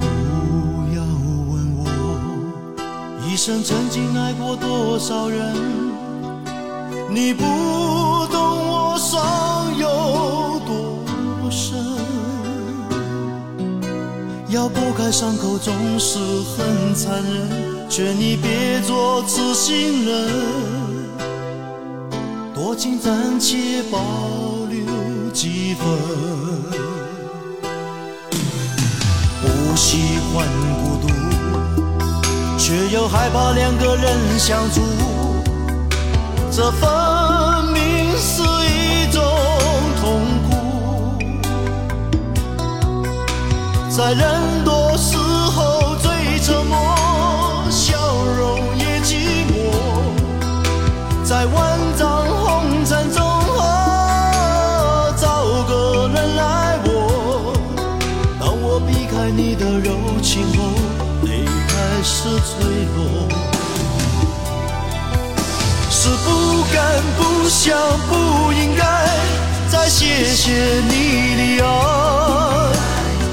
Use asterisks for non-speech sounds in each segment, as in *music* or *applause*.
不要问我，一生曾经爱过多少人？你不懂我伤有多深。要剥开伤口总是很残忍，劝你别做痴心人，多情暂且保留几分。不喜欢孤独，却又害怕两个人相处，这分明是一种痛苦。在人多时候最沉默，笑容也寂寞，在万丈红尘中。哦找个人爱我，当我避开你的柔情后，泪开始坠落。是不敢、不想、不应该，再谢谢你的爱，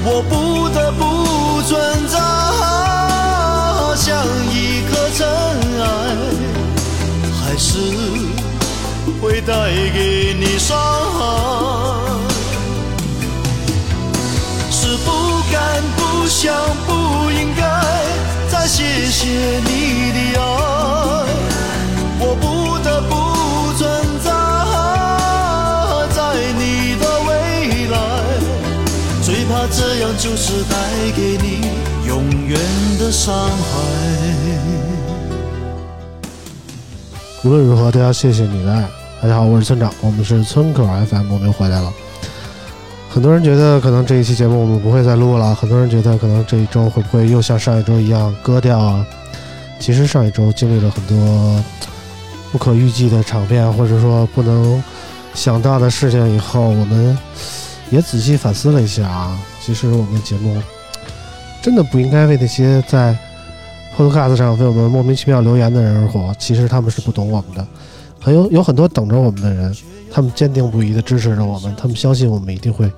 我不得不存在，像一颗尘埃，还是会带给你伤害。是不敢、不想、不应该再谢谢你的爱，我不得不存在在你的未来。最怕这样就是带给你永远的伤害。无论如何都要谢谢你的爱。大家好，我是村长，我们是村口 FM，我们又回来了。很多人觉得可能这一期节目我们不会再录了，很多人觉得可能这一周会不会又像上一周一样割掉啊？其实上一周经历了很多不可预计的场面，或者说不能想到的事情以后，我们也仔细反思了一下啊。其实我们节目真的不应该为那些在 Podcast 上为我们莫名其妙留言的人而活，其实他们是不懂我们的，还有有很多等着我们的人，他们坚定不移的支持着我们，他们相信我们一定会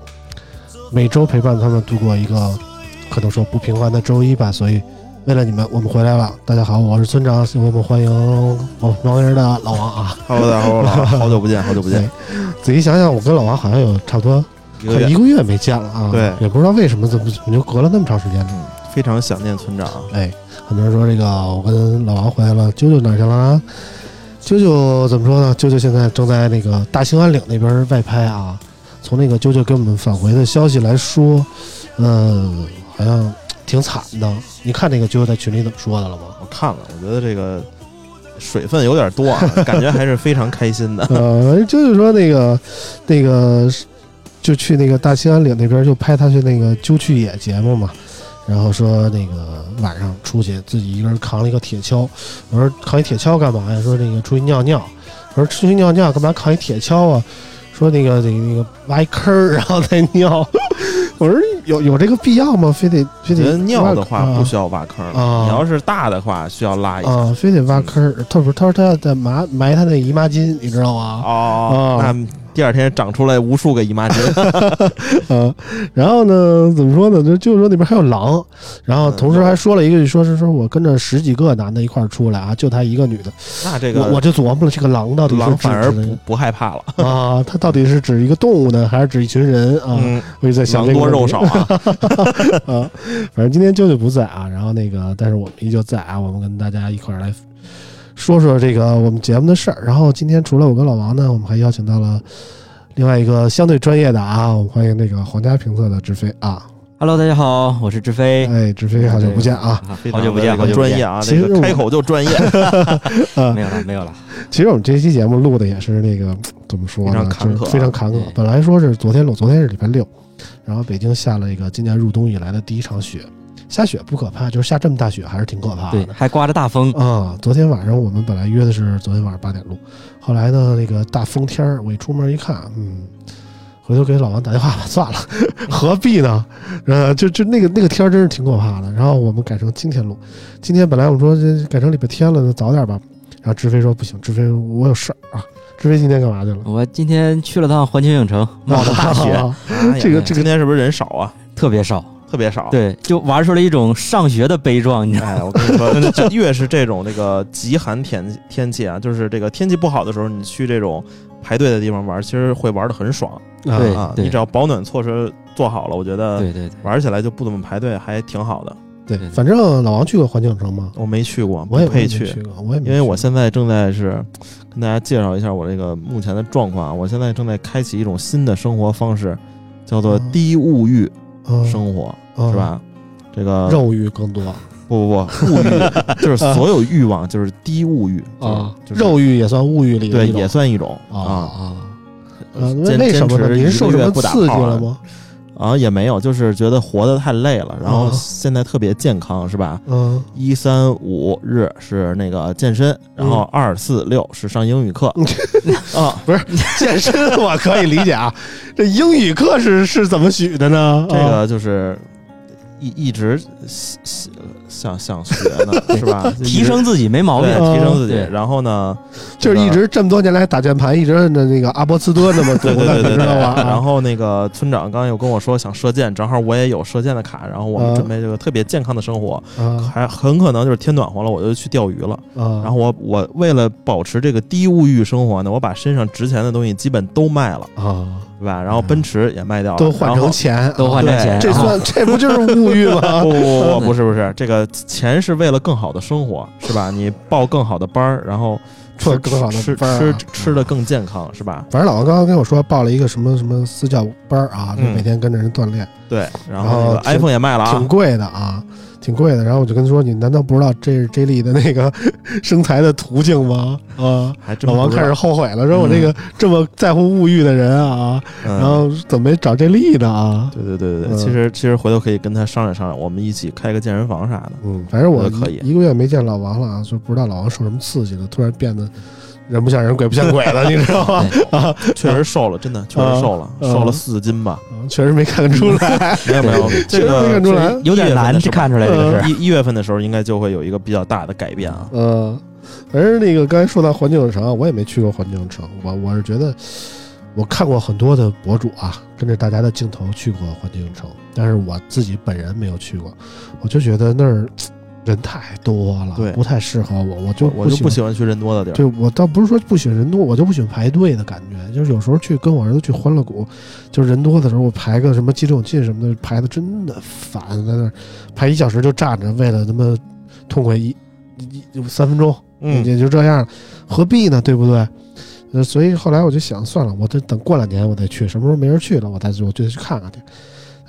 每周陪伴他们度过一个可能说不平凡的周一吧。所以，为了你们，我们回来了。大家好，我是村长，我们欢迎我王人的老王 *laughs* 啊。 Hello，大家好，我是老王好久不见，好久不见，仔细想想，我跟老王好像有差不多一快个一月个月没见了啊。对也不知道为什么怎么怎么就隔了那么长时间呢？非常想念村长。哎，很多人说这个我跟老王回来了，啾啾哪儿去了啊？啾啾怎么说呢？啾啾现在正在那个大兴安岭那边外拍啊。从那个啾啾给我们返回的消息来说，呃，好像挺惨的。你看那个啾啾在群里怎么说的了吗？我看了，我觉得这个水分有点多，啊，感觉还是非常开 *laughs* 心的。呃，就是说那个那个就去那个大兴安岭那边就拍他去那个揪去野节目嘛，然后说那个晚上出去自己一个人扛了一个铁锹，我说扛一铁锹干嘛呀？说那个出去尿尿，我说出去尿尿干嘛扛一铁锹啊？说那个那个那个挖一坑儿然后再尿，我说有有这个必要吗？非得非觉得得尿的话啊不需要挖坑，啊你要是大的话需要拉一下。啊，非得挖坑儿。他说他说他要在埋埋他那姨妈巾，你知道吗？哦，啊那第二天长出来无数个姨 *laughs* 妈巾，啊，然后呢，怎么说呢？就就是说那边还有狼，然嗯后同时还说了一句，说是说我跟着十几个男的一块儿出来啊，就她一个女的，那这我我个就琢磨了，这个狼到底是狼指反而不的不害怕了。啊，它到底是指一个动物呢，还是指一群人啊？嗯，我就在想狼这个多问题肉少啊。 *laughs* 啊，反正今天舅舅不在啊，然后那个，但是我们依旧在啊，我们跟大家一块儿来说说这个我们节目的事儿。然后今天除了我跟老王呢，我们还邀请到了另外一个相对专业的啊，我们欢迎那个皇家评测的志飞啊， Hello，大家好，我是志飞，哎，志飞好久不见啊。啊非常好久不见，的好这久不个专见业，啊，其这实个我开口就 *laughs* 专业，没有了，没有了，其实我们这期节目录的也是那个怎么说非呢，常坎坷啊就是非常坎坷对。本来说是昨天录，昨天是礼拜六，然后北京下了一个今年入冬以来的第一场雪。下雪不可怕，就是下这么大雪还是挺可怕对，的。还刮着大 *laughs* 风，啊、昨天晚上我们本来约的是昨天晚上八点录，后来呢，那个大风天儿，我一出门一看，嗯，回头给老王打电话吧，算了， *laughs* 何必呢？呃，就就那个那个天儿真是挺可怕的。然后我们改成今天录，今天本来我们说这改成礼拜天了，那早点吧。然后志飞说不行，志飞我有事儿啊。志飞今天干嘛去了？我今天去了趟环球影城，冒着大雪， *laughs* 啊哎呀 *laughs* 这个这今天是不是人少啊？ *laughs* 特别少，特别少。，对，就玩出了一种上学的悲壮，你知道吗？ *laughs* 哎，我跟 *laughs* 你说，真的就越是这种这个极寒天天气啊，就是这个天气不好的时候，你去这种排队的地方玩，其实会玩的很爽对啊。你只要保暖措施做好了，我觉得对对对，玩起来就不怎么排队，还挺好的。对对反正老王去过环球影城吗？我没去过，不我也配没去过，我也没因为我去现在正在是跟大家介绍一下我这个目前的状况啊，我现在正在开启一种新的生活方式，叫做哦低物欲过生啊活，嗯是吧？这个肉欲更多不不不，物欲就是所有欲望就是低物欲啊，就是肉欲也算物欲里的对一种也算一种啊啊啊。呃呃，坚为什么呢？坚持您受一什个月么不打刺激炮了啊吗？啊也没有，就是觉得活得太累了，然后哦现在特别健康是吧？嗯，一三五日是那个健身，然后二四六是上英语课啊， *laughs* 健身我可以理解啊，这英语课是是怎么许的呢？啊这个就是一一直想想想学呢，是吧？提升自己没毛病对，啊提升自己，对然后呢，这就个是一直这么多年来打键盘，一直摁着那个阿波茨多那 *laughs* 么对读对对的，对你对知道吧？啊然后那个村长刚刚又跟我说想射箭，正好我也有射箭的卡，然后我们啊准备这个特别健康的生活，啊还很可能就是天暖和了我就去钓鱼了。啊，然然后我我为了保持这个低物欲生活呢，我把身上值钱的东西基本都卖了，啊对吧？然后奔驰也卖掉了，都换然后成钱，都换成对钱，这啊 *laughs* 算这不就是物欲吗？不不不不，不是不是，这个钱是为了更好的生活，是吧？你报更好的班儿，然后吃报更好的吃班儿吃啊吃的更健康，是吧？反正老王刚刚跟我说报了一个什么什么私教班儿啊，就嗯每天跟着人锻炼，对，然然后后那个挺 iPhone 也卖了挺啊，贵的啊，挺贵的。然后我就跟他说：“你难道不知道这是 J 莉的那个 *laughs* 生财的途径吗？”啊，还真老王不知开道始后悔了，说我这个这么在乎物欲的人啊，嗯然后怎么没找这力呢啊？对对对对嗯对，其实其实回头可以跟他商量商量，我们一起开个健身房啥的。嗯，反正我我觉得可以一一个月没见老王了啊，就不知道老王受什么刺激了，突然变得人不像人，鬼不像鬼 *laughs* 了，你知道吗？确实瘦了，真的确啊实瘦了，嗯瘦了四斤吧？嗯确实没看出来，没有没有， *laughs* 这确实没个看出来。有点难这看出来这个事。一一月份的时候应该就会有一个比较大的改变啊。嗯，反正那个刚才说到环球影城啊，我也没去过环球影城，我我是觉得我看过很多的博主啊，跟着大家的镜头去过环球影城，但是我自己本人没有去过，我就觉得那儿人太多了，对不太适合我，我就我我就不喜喜欢去人多的地儿。就我倒不是说不喜欢人多，我就不喜欢排队的感觉。就是有时候去跟我儿子去欢乐谷，就是人多的时候，我排个什么急诊进什么的，排的真的烦，在那儿排一小时就站着，为了他妈痛快一一一三分钟，嗯也就这样，何必呢？对不对？呃，所以后来我就想，算了，我这等过两年我再去，什么时候没人去了，我再我就去看看去。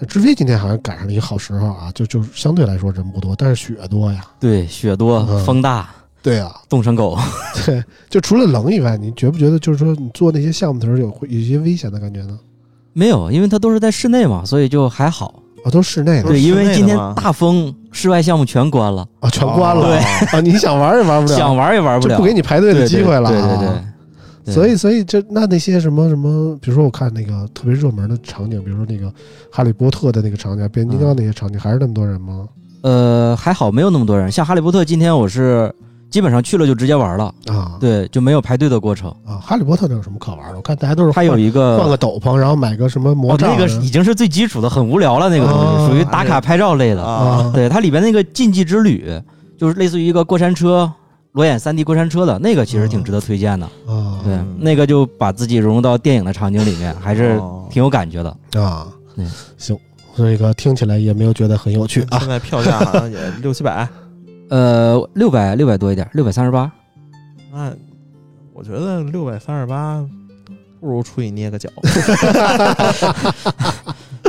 呃志飞今天好像赶上了一个好时候啊，就就相对来说人不多，但是雪多呀。对，雪多嗯，风大，对啊，冻成狗。 *laughs* 对，就除了冷以外，你觉不觉得就是说你做那些项目的时候有会有一些危险的感觉呢？没有，因为它都是在室内嘛，所以就还好。啊，都室内的不是对，因室内为的今天吗大风，室外项目全关了，啊，全关了、哦对啊，你想玩也玩不了，想玩也玩不就了，不给你排队对的对机会了、啊对对对，对所以，所以这那那些什么什么，比如说我看那个特别热门的场景，比如说那个《哈利波特》的那个场景，变形金嗯刚那些场景，还是那么多人吗？呃，还好没有那么多人。像哈利波特，今天我是基本上去了就直接玩了，啊，对，就没有排队的过程。啊，《哈利波特》那有什么可玩的？我看大家都是它有换一个换个斗篷，然后买个什么魔哦，杖啊那的、个是已经是最基础的，很无聊了，那个东西、哦属于打卡拍照类的。哎啊，对，它里边那个竞技之旅，就是类似于一个过山车，裸眼 3D 过山车的那个，其实挺值得推荐的。啊对嗯，那个就把自己融入到电影的场景里面，还是哦挺有感觉的。啊对，行，这个听起来也没有觉得很有趣 *laughs* 啊 *laughs* 现在票价好像也六七百，呃，六百六百多一点，六百三十八，那我觉得六百三十八不如出去捏个脚。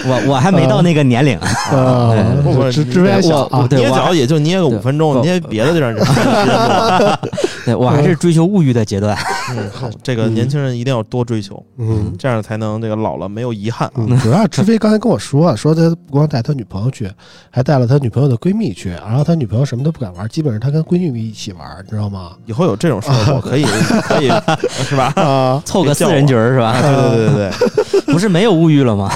我我还没到那个年龄，啊呃，不不职职位还小我啊我，对捏脚也就捏个对五分钟，不捏别的就让人费时 *laughs* 间了。对我还是追求物欲的阶段。嗯好这个年轻人一定要多追求，嗯。这样才能这个老了没有遗憾 *laughs* 啊。嗯，主要志飞刚才跟我说，啊说他不光带他女朋友去，还带了他女朋友的闺蜜去，然后他女朋友什么都不敢玩，基本上他跟闺蜜一起玩，你知道吗？以后有这种事 *laughs* 儿，我可以可以是吧？啊啊，凑个四人局儿是 *laughs* 吧？对对对对不是没有物欲了吗？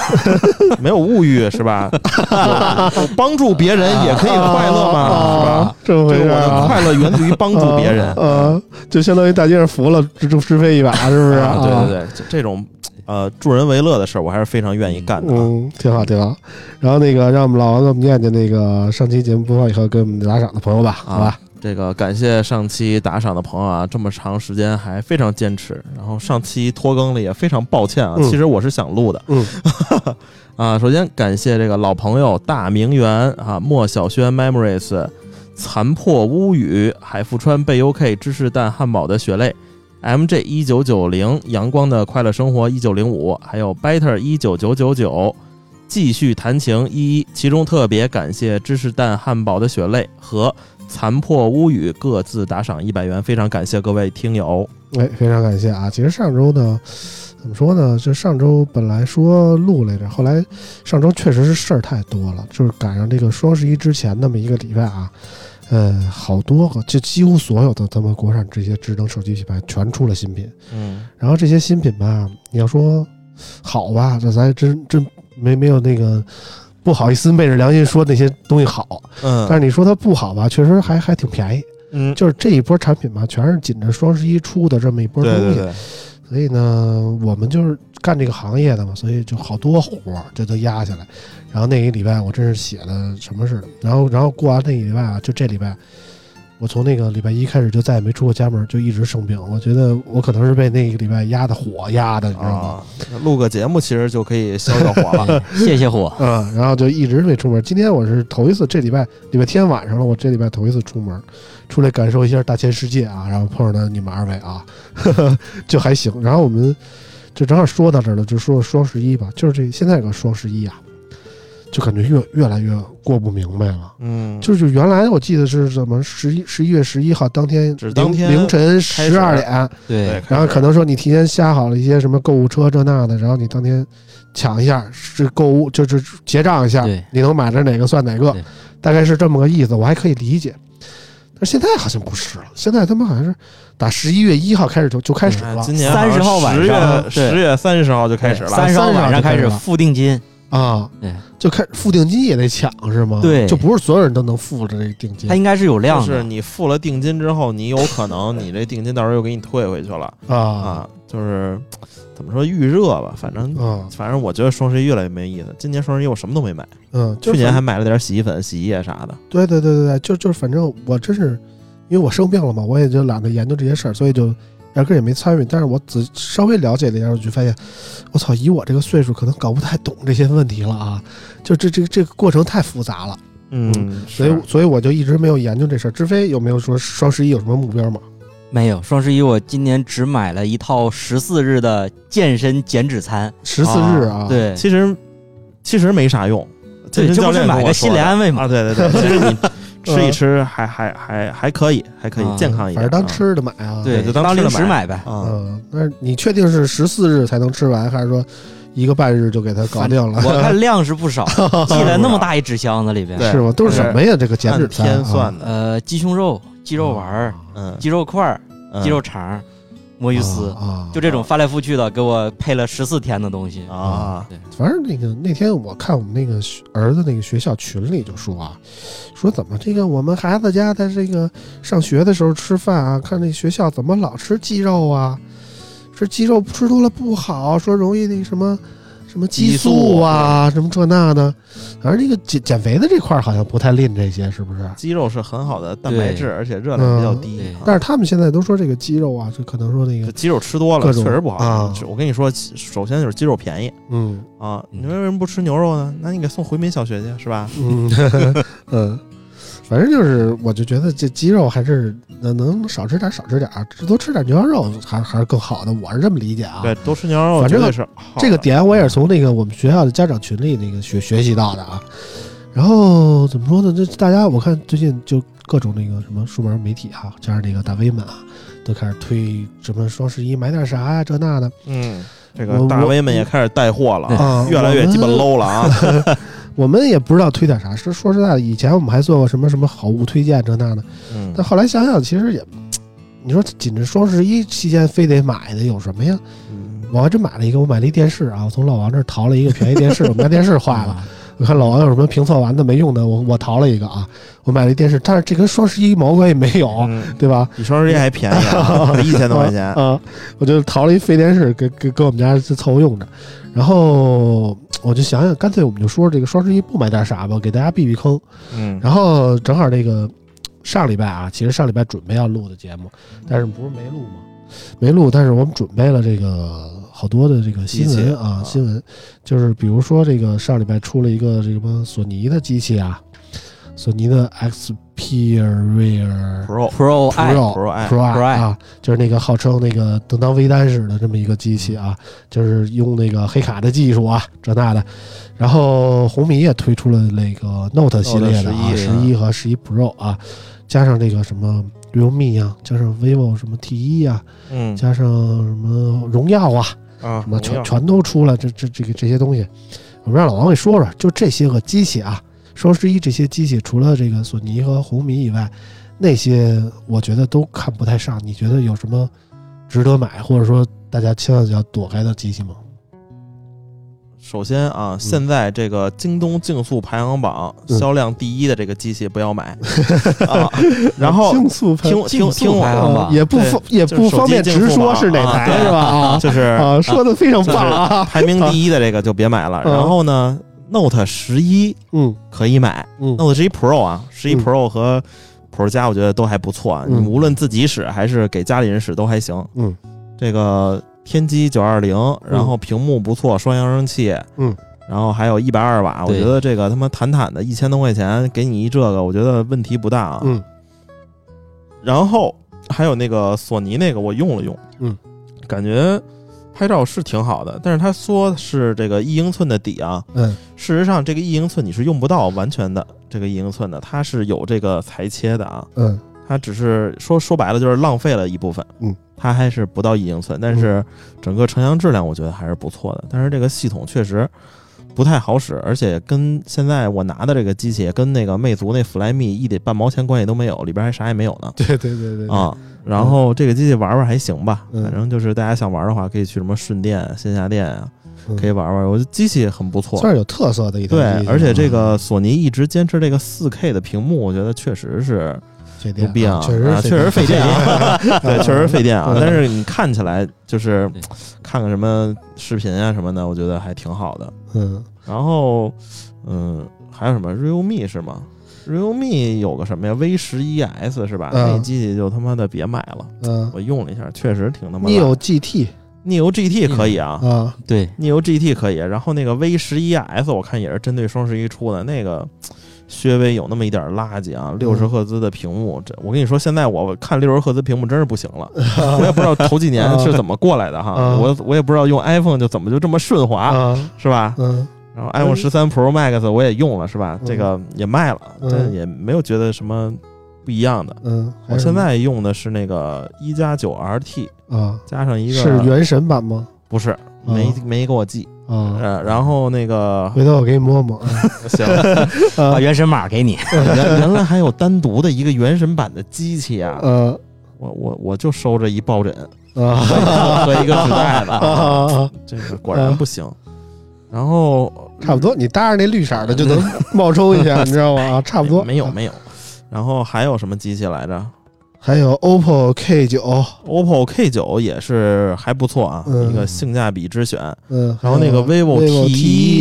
对，没有物欲 *laughs* 是吧？我帮助别人也可以快乐嘛，是吧？？啊这么这回个事我的啊？快乐源自于帮助别人。呃，就相当于大街上扶了志志飞一把，是 *laughs* 不是？啊对对对，这这种呃助人为乐的事儿，我还是非常愿意干的啊。嗯，挺好，挺好。然后那个，让我们老王给我们念念那个上期节目播放以后给我们打赏的朋友吧，好吧？这个感谢上期打赏的朋友啊，这么长时间还非常坚持。然后上期拖更了，也非常抱歉啊。嗯其实我是想录的，嗯， *laughs* 啊，首先感谢这个老朋友大名媛啊，莫小轩 Memories，残破屋宇，海富川贝 UK 芝士蛋汉堡的血泪。MJ 一九九零，阳光的快乐生活一九零五，还有 Better 一九九九九，继续弹琴一一，其中特别感谢芝士蛋汉堡的血泪和残破屋宇各自打赏一百元，非常感谢各位听友。哎，非常感谢啊！其实上周呢，怎么说呢？这上周本来说录来着，后来上周确实是事儿太多了，就是赶上这个双十一之前那么一个礼拜啊，呃，好多个，就几乎所有的他们国产这些智能手机品牌全出了新品。嗯，然后这些新品牌啊，你要说好吧，这咱还真真没没有那个不好意思昧着良心说那些东西好，但嗯是你说它不好吧，确实还还挺便宜。嗯，就是这一波产品嘛，全是紧着双十一出的这么一波对东西，对对，所以呢，我们就是干这个行业的嘛，所以就好多活儿这都压下来。然后那一礼拜我真是写的什么似的，然后然后过完那一礼拜啊，就这礼拜。我从那个礼拜一开始就再也没出过家门，就一直生病。我觉得我可能是被那个礼拜压的火压的，你知道吗？啊，录个节目其实就可以消消火了。谢谢火，啊、然后就一直没出门。今天我是头一次，这礼拜礼拜天晚上了，我这礼拜头一次出门，出来感受一下大千世界啊，然后碰上了你们二位啊， *laughs* 呵呵就还行。然后我们就正好说到这儿了，就说双十一吧，就是这现在这个双十一啊，就感觉越越来越过不明白了。嗯，就是原来我记得是怎么十一十一月十一号当天只凌是当天凌晨开十二始点，对对，，然后可能说你提前下好了一些什么购物车这那的，然后你当天抢一下是购物，就是结账一下对，你能买着哪个算哪个对，大概是这么个意思，我还可以理解。但是现在好像不是了，现在他们好像是打十一月一号开始就就开始哎了今年30号晚上十月对十月三十号就开始了，三十号晚上开始付定金，啊对，就开付定金也得抢是吗？对就不是所有人都能付着这个定金它应该是有嗯就量是的。你付了定金之后，你有可能你这定金到时候又给你退回去了啊啊，就是怎么说预热吧，反正啊反正我觉得双十一越来越没意思。今年双十一我什么都没买，嗯，就去年反还买了点洗衣粉、洗衣液啥的。对对对对对，就就是反正我真是，因为我生病了嘛，我也就懒得研究这些事儿，所以就压根儿也没参与。但是我只稍微了解了一下，我就发现，我操，以我这个岁数，可能搞不太懂这些问题了啊！就这这个这个过程太复杂了，嗯，所以所以我就一直没有研究这事儿。志飞有没有说双十一有什么目标吗？没有双十一，我今年只买了一套十四日的健身减脂餐，十四日啊，对，其实其实没啥用，健对，身这教不是练跟买我个说心理的安慰啊，吗？对对对， *laughs* 其实你吃一嗯吃还还还还可以，还可以啊健康一反点，正当啊吃的买啊。对就当当吃了零食买买呗。啊。嗯，那你确定是十四日才能吃完，还是说一个半日就给它搞定了？我看量是不 *laughs* 少，寄了那么大一纸箱子里边，对 *laughs* 是吗？都是什么呀？这个减脂餐按天啊算的，呃，鸡胸肉、鸡肉丸儿、嗯，鸡肉块儿、嗯鸡肉肠儿、魔芋丝，啊，就这种翻来覆去的，给我配了十四天的东西。啊，反正那个那天我看我们那个学儿子那个学校群里就说啊，说怎么这个我们孩子家在这个上学的时候吃饭啊，看那学校怎么老吃鸡肉啊，说鸡肉吃多了不好，说容易那个什么什么激素啊，什么这那的，反正这个减减肥的这块儿好像不太吝这些，是不是？鸡肉是很好的蛋白质，而且热量嗯比较低对。但是他们现在都说这个鸡肉啊，就可能说那这个鸡肉吃多了各种确实不好。啊是我跟你说，首先就是鸡肉便宜嗯啊，你 *laughs* 嗯说为什么不吃牛肉呢？那你给送回民小学去是吧？嗯嗯，反正就是，我就觉得这鸡肉还是能能少吃点少吃点儿，多吃点牛羊肉还还是更好的，我是这么理解啊。对，多吃牛肉反绝正对是好的这个点我也是从那个我们学校的家长群里那个学学习到的啊。然后怎么说呢？这大家我看最近就各种那个什么数码媒体啊，加上那个大 V 们啊，都开始推什么双十一买点啥呀、这那的 *laughs* 嗯，这我个大我 V 们也开始带货了啊，啊，越来越鸡巴我们 low *laughs* 了啊。我们也不知道推点啥。说说实在的，以前我们还做过什么什么好物推荐这那的，嗯但后来想想，其实也，你说紧着双十一期间非得买的有什么呀？我还真买了一个，我买了一电视啊，我从老王那儿淘了一个便宜电视，我们家电视坏 *laughs* 了。我看老王有什么评测完的没用的，我我淘了一个啊，我买了一电视，但是这跟双十一一毛关系没有，嗯，对吧？比双十一还便宜 *laughs* 啊，一千多块钱啊、。我就淘了一废电视，给给给我们家是凑合用着。然后我就想想，干脆我们就说这个双十一不买点啥吧，给大家避避坑。嗯，然后正好那个上礼拜啊，其实上礼拜准备要录的节目，但是不是没录吗？没录，但是我们准备了这个好多的这个新机器闻啊啊，新闻就是比如说这个上礼拜出了一个这个什么索尼的机器啊，索尼的 Xperia Pro Pro I， Pro Pro I Pro Pro I 啊，就是那个号称那个能当微单似的这么一个机器啊，就是用那个黑卡的技术啊，这那的。然后红米也推出了那个 Note 系列的啊，十 Note 11一和十一 Pro 啊，加上这个什么 realme 啊，加上 vivo 什么 T 一啊，嗯加上什么荣耀啊，啊，什么同全样全都出了这这这个这些东西。我们让老王给说说，就这些个机器啊，双十一这些机器，除了这个索尼和红米以外，那些我觉得都看不太上。你觉得有什么值得买，或者说大家千万要躲开的机器吗？首先啊，现在这个京东竞速排行榜嗯销量第一的这个机器不要 *laughs* 买啊。然后竞速排听听竞速听我排行的榜呃也不对方也就是不手方机便竞速直说嘛是哪啊台对是吧？啊就是 *laughs* 啊，说的非常就是棒啊！排名第一的这个就别买了。嗯然后呢，Note 十一嗯可以买嗯，Note 十一 Pro 啊，十一嗯 Pro 和 Pro 加我觉得都还不错啊，你嗯无论自己使还是给家里人使都还行。嗯，这个天玑九二零，然后屏幕不错，双扬声器，嗯，然后还有一百二瓦，我对觉得这个他妈坦坦的一千多块钱给你一这个，我觉得问题不大啊。嗯然后还有那个索尼那个，我用了用，嗯，感觉拍照是挺好的，但是它说是这个一英寸的底啊，嗯事实上这个一英寸你是用不到完全的这个一英寸的，它是有这个裁切的啊，嗯它只是说说白了就是浪费了一部分，嗯，它还是不到一英寸，但是整个成像质量我觉得还是不错的，但是这个系统确实。不太好使，而且跟现在我拿的这个机器跟那个魅族那 Flyme 一点半毛钱关系都没有，里边还啥也没有呢。对对对对对啊。然后这个机器玩玩还行吧，嗯反正就是大家想玩的话，可以去什么顺电、线下店啊，嗯可以玩玩。我觉得机器很不错，算是有特色的一台对机器，了而且这啊个索尼一直坚持这个4 K 的屏幕，我觉得确实是费牛电逼啊，确实啊是确实费电啊， *laughs* 对， *laughs* 确实费电啊嗯。但是你看起来就是对看看什么视频啊什么的，我觉得还挺好的。嗯，然后，嗯，还有什么 Realme 是吗？Realme 有个什么呀？V 1 1 S 是吧？嗯那机器就他妈的别买了。嗯我用了一下，确实挺他妈烂。 ，neo GT Neo GT 可以啊啊，对， ，Neo GT 可以。然后那个 V 十一 S 我看也是针对双十一出的，那个稍微有那么一点垃圾啊，六嗯十赫兹的屏幕，这我跟你说，现在我看六十赫兹屏幕真是不行了，我也不知道头几年是怎么过来的哈，啊我我也不知道用 iPhone 就怎么就这么顺滑，啊，是吧？嗯然后 iPhone 十三 Pro Max 我也用了，是吧？嗯这个也卖了，嗯但也没有觉得什么不一样的。嗯，我现在用的是那个一加九 RT，啊加上一个是原嗯神版吗？不是没没给我寄，啊，呃，然后那个回头我给你摸摸。 *laughs* 行，把哎啊原神码给你，原原来还有单独的一个原神版的机器啊，呃我我我就收着一抱枕啊 *laughs* 哎和 *laughs* 一个纸啊袋 *laughs* 啊子，啊，这个果然不行。嗯然后差不多，你搭着那绿色的 *laughs* 就能冒充一下，你知道吗？啊，差不多。嗯没有没有，然后还有什么机器来着还有 OPPO K 九， ？OPPO K 九也是还不错啊，嗯一个性价比之选。嗯，然后那个 vivo vivo 啊 T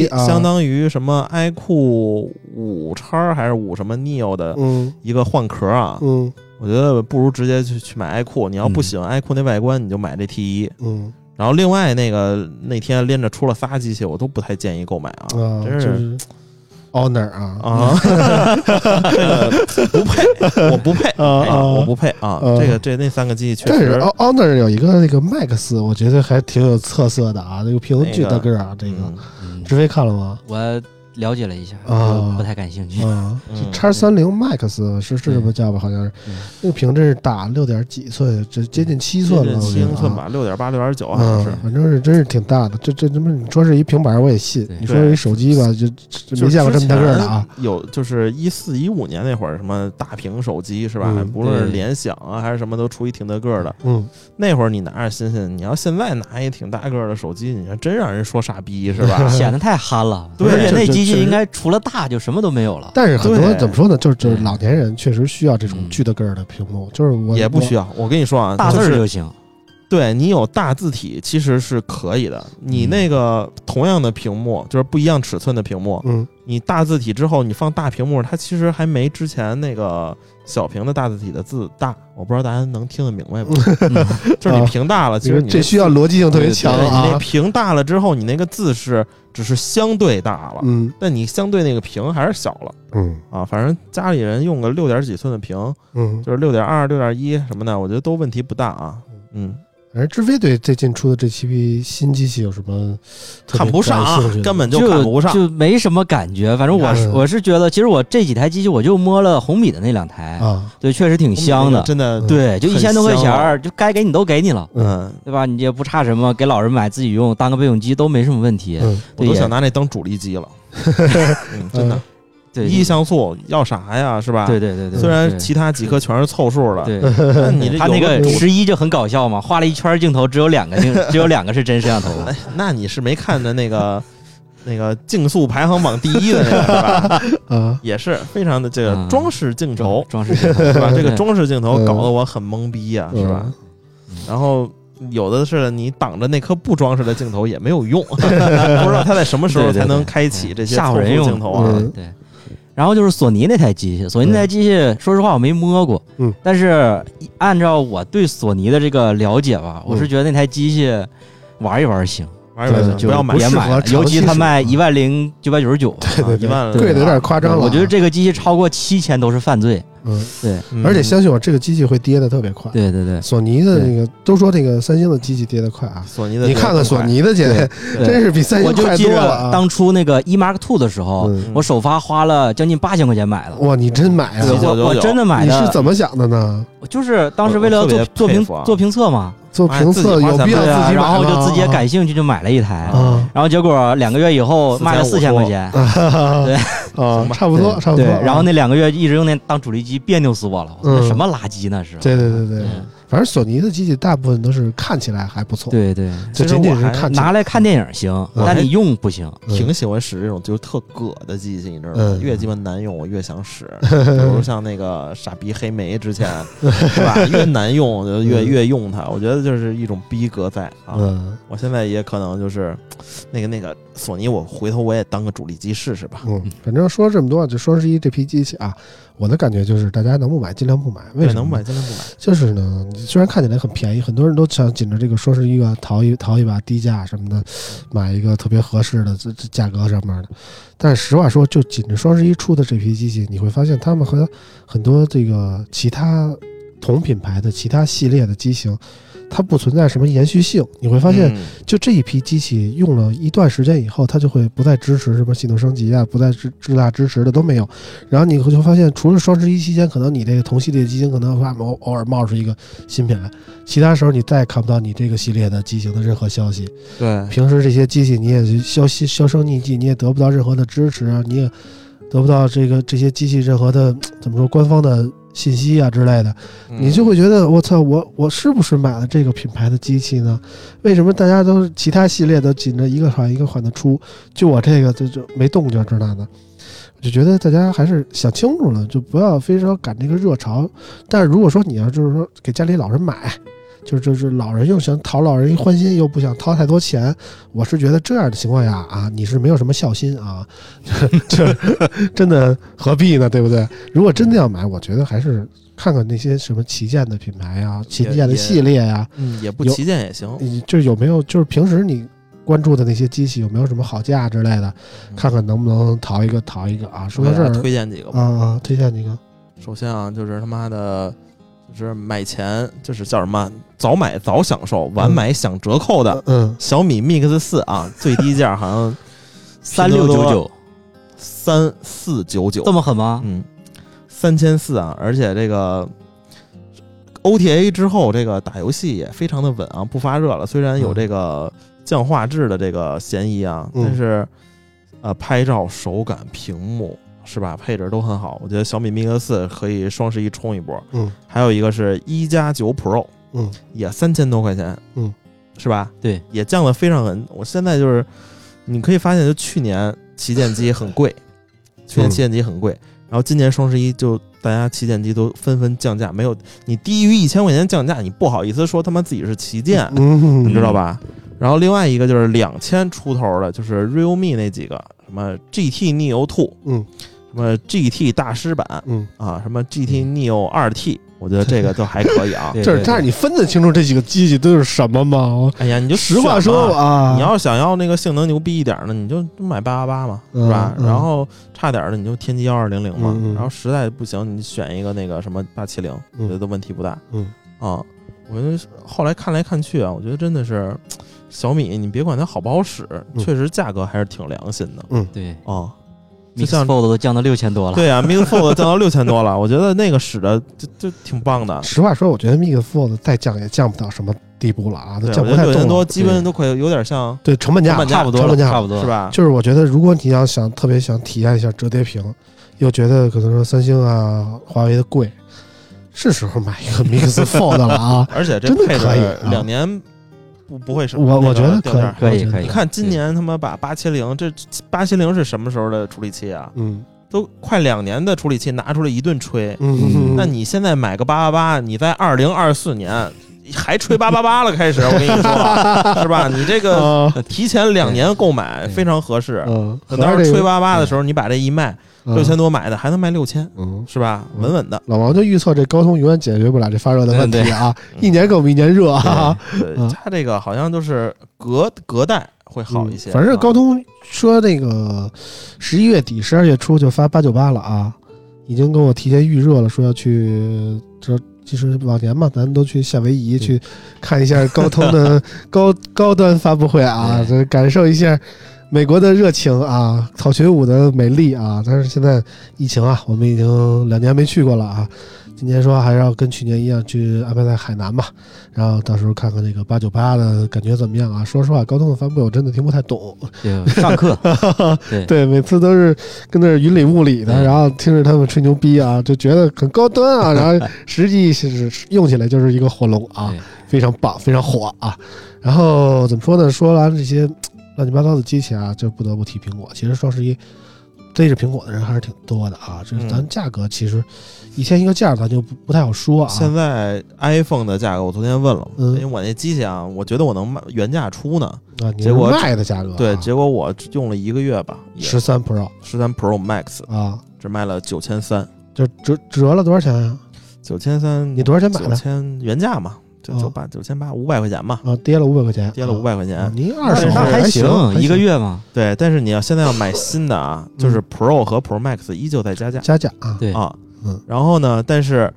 一，相当当于什么 iQOO 五叉还是五什么 neo 的嗯一个换壳啊，嗯我觉得不如直接去去买 iQOO。你要不喜欢 iQOO 那外观，你就买这 T 一。嗯然后另外那个那天连着出了仨机器，我都不太建议购买啊，啊，真就是是 owner 啊，啊， *laughs* 不配，我不配，啊哎呀啊我不配啊！啊这个这那三个机器确但是哦实， o- Honor 有一个那个 Max，我觉得还挺有特色的啊，那个屏幕巨大个儿啊，这个嗯嗯志飞看了吗？我了解了一下，啊不太感兴趣。啊嗯，X 三零 Max 是是这么叫吧？好像是嗯那个屏真是大，六点几寸，这接近七寸了，这我七觉英得寸啊。吧，六点八、六点九好像嗯是，，反正是真是挺大的。这这他妈，你说是一平板儿我也信，对你说是一手机吧，就就没就是见过这么大个儿的啊。之前有就是一四一五年那会儿，什么大屏手机是吧？嗯不论是对联想啊还是什么，都出一挺大个儿的。嗯，那会儿你拿着新鲜，你要现在拿一挺大个儿的手机，你还真让人说傻逼是吧？显得太憨了，对而且这那机这器应该除了大就什么都没有了。但是很多对怎么说呢，就是就是嗯老年人确实需要这种嗯巨大个儿的屏幕，就是我也不需要。要，我跟你说啊，大字就儿是就 *laughs* 行，对你有大字体其实是可以的。嗯你那个同样的屏幕，就是不一样尺寸的屏幕，嗯你大字体之后，你放大屏幕，它其实还没之前那个小屏的大字体的字大。我不知道大家能听得明白不？ *laughs* 嗯就是你屏大了，其啊你实说你这需要逻辑性特别对对强对你那啊。屏大了之后，你那个字是只是相对大了，嗯但你相对那个屏还是小了嗯啊。反正家里人用个六点几寸的屏，嗯，就是六点二、六点一什么的，我觉得都问题不大啊。嗯，反正哎志飞对最近出的这七批新机器有什么特别看不上啊感兴趣，的根本就看不就上。就没什么感觉。反正我是嗯我是觉得，其实我这几台机器我就摸了红米的那两台，啊，对，确实挺香的。真的嗯对，就很一千多块香钱啊儿，就该给你都给你了，嗯，对吧？你也不差什么，给老人买自己用，当个备用机都没什么问题。嗯，我对都也想拿那当主力机了，嗯，真的，对，一像素要啥呀，是吧？对对对对，虽然对其他几颗全是凑数的，对， *laughs* 但你这嗯他有那个主十一就很搞笑嘛，画了一圈镜头，只有两个镜，只有两个是真摄像头。哎，那你是没看着那个那个竞速排行榜第一的那个是吧？啊，也是非常的这个嗯装饰镜头装装饰镜头是吧？这个对装饰镜头嗯搞得我很懵逼呀，是吧嗯？然后。有的是你挡着那颗不装饰的镜头也没 *laughs* 有用，不知道它在什么时候对对才能对开启这些吓唬人凑数用镜头啊嗯嗯！对。然后就是索尼那台机器，索尼那台机器，说实话我没摸过，嗯，但是按照我对索尼的这个了解吧，嗯我是觉得那台机器玩一玩行，玩一玩对去，就嗯不要买不别适合买了，长尤期其它使卖用一万零九百九十九，对对一万了对，贵的有点夸张了啊。我觉得这个机器超过七千都是犯罪。嗯，对嗯而且相信我，这个机器会跌的特别快。啊对对对，索尼的那个都说这个三星的机器跌得快啊，索尼的你看看索尼的姐对对真是比三我星就快记多了啊着。当初那个一 Mark Two 的时候，嗯我首发花了将近八千块钱买了，哇，你真买对啊？我我真的买你的，是怎么想的呢？就是当时为了我做做特别佩评服啊做评测嘛，做评测有必要对自啊，己买然吗？后就自己也感兴趣，就买了一台，啊然后结果两个月以后卖了四千块钱，对 *laughs* 啊，差不多，差不多。对，啊然后那两个月一直用那当主力机，别扭死我了，我嗯说什么垃圾那是，对对对对嗯，反正索尼的机器大部分都是看起来还不错，对对，就仅仅是看起来拿来看电影行，嗯但你用不行，嗯挺喜欢使这种就是特葛的机器，你知道吗嗯？越鸡巴难用，我越 *laughs* 想使。比如像那个傻逼黑莓之前，是吧？越难用我就越嗯越用它，我觉得就是一种逼格在啊。 *laughs* 嗯我现在也可能就是那个那个索尼，我回头我也当个主力机试试吧。嗯，反正说这么多，就双十一这批机器啊，我的感觉就是大家能不买尽量不买，为对，什么能呢不买尽量不买。就是呢，你虽然看起来很便宜，很多人都想紧着这个双十一啊，淘一淘一把低价什么的，买一个特别合适的这这价格上面的。但实话说，就紧着双十一出的这批机器，你会发现它们和很多这个其他同品牌的其他系列的机型，它不存在什么延续性。你会发现，嗯就这一批机器用了一段时间以后，它就会不再支持什么系统升级啊，不再支支大支持的都没有。然后你就会发现，除了双十一期间，可能你这个同系列机型可能会偶偶尔冒出一个新品来，其他时候你再也看不到你这个系列的机型的任何消息。对，平时这些机器你也是销销声匿迹，你也得不到任何的支持啊，你也得不到这个这些机器任何的怎么说官方的信息啊之类的。嗯你就会觉得我操，我我是不是买了这个品牌的机器呢？为什么大家都是其他系列都紧着一个款一个款的出，就我这个就就没动静知道呢？我就觉得大家还是想清楚了，就不要非说赶这个热潮。但是如果说你要就是说给家里老人买，就是就是老人又想讨老人一欢心，又不想掏太多钱，我是觉得这样的情况下啊，你是没有什么孝心啊， *laughs* 就是真的何必呢？对不对？如果真的要买，我觉得还是看看那些什么旗舰的品牌呀、旗舰的系列呀、嗯也不有旗舰也行。你就是有没有就是平时你关注的那些机器有没有什么好价之类的，嗯看看能不能淘一个淘一个啊。说到这我给大家儿推荐几个吧。啊啊，推荐几个首先啊，就是他妈的，就是买前就是叫什么早买早享受，晚买享折扣的、嗯嗯小米 Mix 四啊，最低价好 *laughs* 像三六九九三四九九，这么狠吗？嗯，三千四啊，而且这个 OTA 之后，这个打游戏也非常的稳啊，不发热了。虽然有这个降画质的这个嫌疑啊，嗯但是呃，拍照手感、屏幕是吧，配置都很好。我觉得小米 Mix 四可以双十一冲一波。嗯，还有一个是一加九 Pro，嗯，也三千多块钱，嗯，是吧？对，。也降的非常狠。我现在就是你可以发现，就去年旗舰机很贵，嗯去年旗舰机很贵，然后今年双十一就大家旗舰机都纷纷降价，没有你低于一千块钱降价，你不好意思说他妈自己是旗舰，嗯， *laughs* 你知道吧？然后另外一个就是两千出头的，就是 realme 那几个什么 GT Neo Two，嗯什么 GT 大师版嗯，啊，什么 GT Neo 二 T，我觉得这个都还可以啊对这对但是对你分得清楚这几个机器都是什么吗？我哎呀，你就实话选嘛说吧，啊你要想要那个性能牛逼一点儿的，你就买八八八嘛，是吧？嗯嗯然后差点儿的你就天玑幺二零零嘛，嗯嗯然后实在不行你选一个那个什么八七零，嗯我觉得问题不大。嗯啊，我觉得后来看来看去啊，我觉得真的是 *sniffs* 小米，你别管它好不好使，嗯哦确实价格还是挺良心的对啊。就，Mix 像 Fold 都降到六千多了，对啊，Mix Fold 降到六 *laughs* 千多了，我觉得那个使的就就挺棒的。实话说，我觉得 Mix Fold 再降也降不到什么地步了啊，都对，降我不觉得太六千动多了。基本都快有点像对，成本价成本价差差不不多多了成了本价差不多是？吧？！就是我觉得，如果你要想特别想体验一下折叠屏，又觉得可能说三星啊、华为的贵，是时候买一个 *laughs* Mix Fold 了啊而且这真的配可以置啊两年不不会少。我那我个觉得掉可价以儿，可以我觉得可以你看今对年他妈把八七零这八七零是什么时候的处理器啊？嗯都快两年的处理器拿出来一顿吹，嗯，那你现在买个八八八，你在二零二四年还吹八八八了？开啊始我跟你说， *laughs* 是吧？你这个啊，提前两年购买非常合适。嗯，合等到时着候这吹个八八的时候，你把这一卖，六千，多买的还能卖六千，嗯，是吧？嗯稳稳的。老王就预测这高通永远解决不了这发热的问题啊，嗯对一年更比一年热啊。对嗯，呃它这个好像就是隔隔代会好一些。反正啊高通说那个十一月底、十二月初就发八九八了啊，已经跟我提前预热了，说要去这。其实往年嘛，咱都去夏威夷去看一下高通的高高端发布会啊，这感受一下美国的热情啊，草裙舞的美丽啊。但是现在疫情啊，我们已经两年没去过了啊。今年说还是要跟去年一样去安排在海南吧，然后到时候看看这个八九八的感觉怎么样啊。说实话，高通的发布会我真的听不太懂，对，*laughs* 上课对对，每次都是跟那儿云里雾里嗯的，对然后听着他们吹牛逼啊，就觉得很高端 *laughs* 啊，然后实际是是用起来就是一个火龙啊对，非常棒，非常火啊。然后怎么说呢？说完这些乱七八糟的机器啊，就不得不提苹果。其实双十一逮着苹果的人还是挺多的啊。这嗯咱价格其实一天一个价，咱就不不太好说啊。现在 iPhone 的价格，我昨天问了，嗯因为我那机器啊，我觉得我能卖原价出呢。啊，你结是果卖的价格、啊、对，结果我用了一个月吧，也十三 Pro 十三 Pro Max 啊，只卖了九千三，就折折了多少钱啊？九千三，你多少钱买九的？千原价嘛，就哦九八九千八，五百块钱嘛，啊，跌了五百块钱，跌了五啊。百块啊钱。您二那手那还行，一个月嘛，对，但是你要现在要买新的啊，嗯就是 Pro 和 Pro Max 依旧在加价加价啊，对啊嗯。然后呢，但是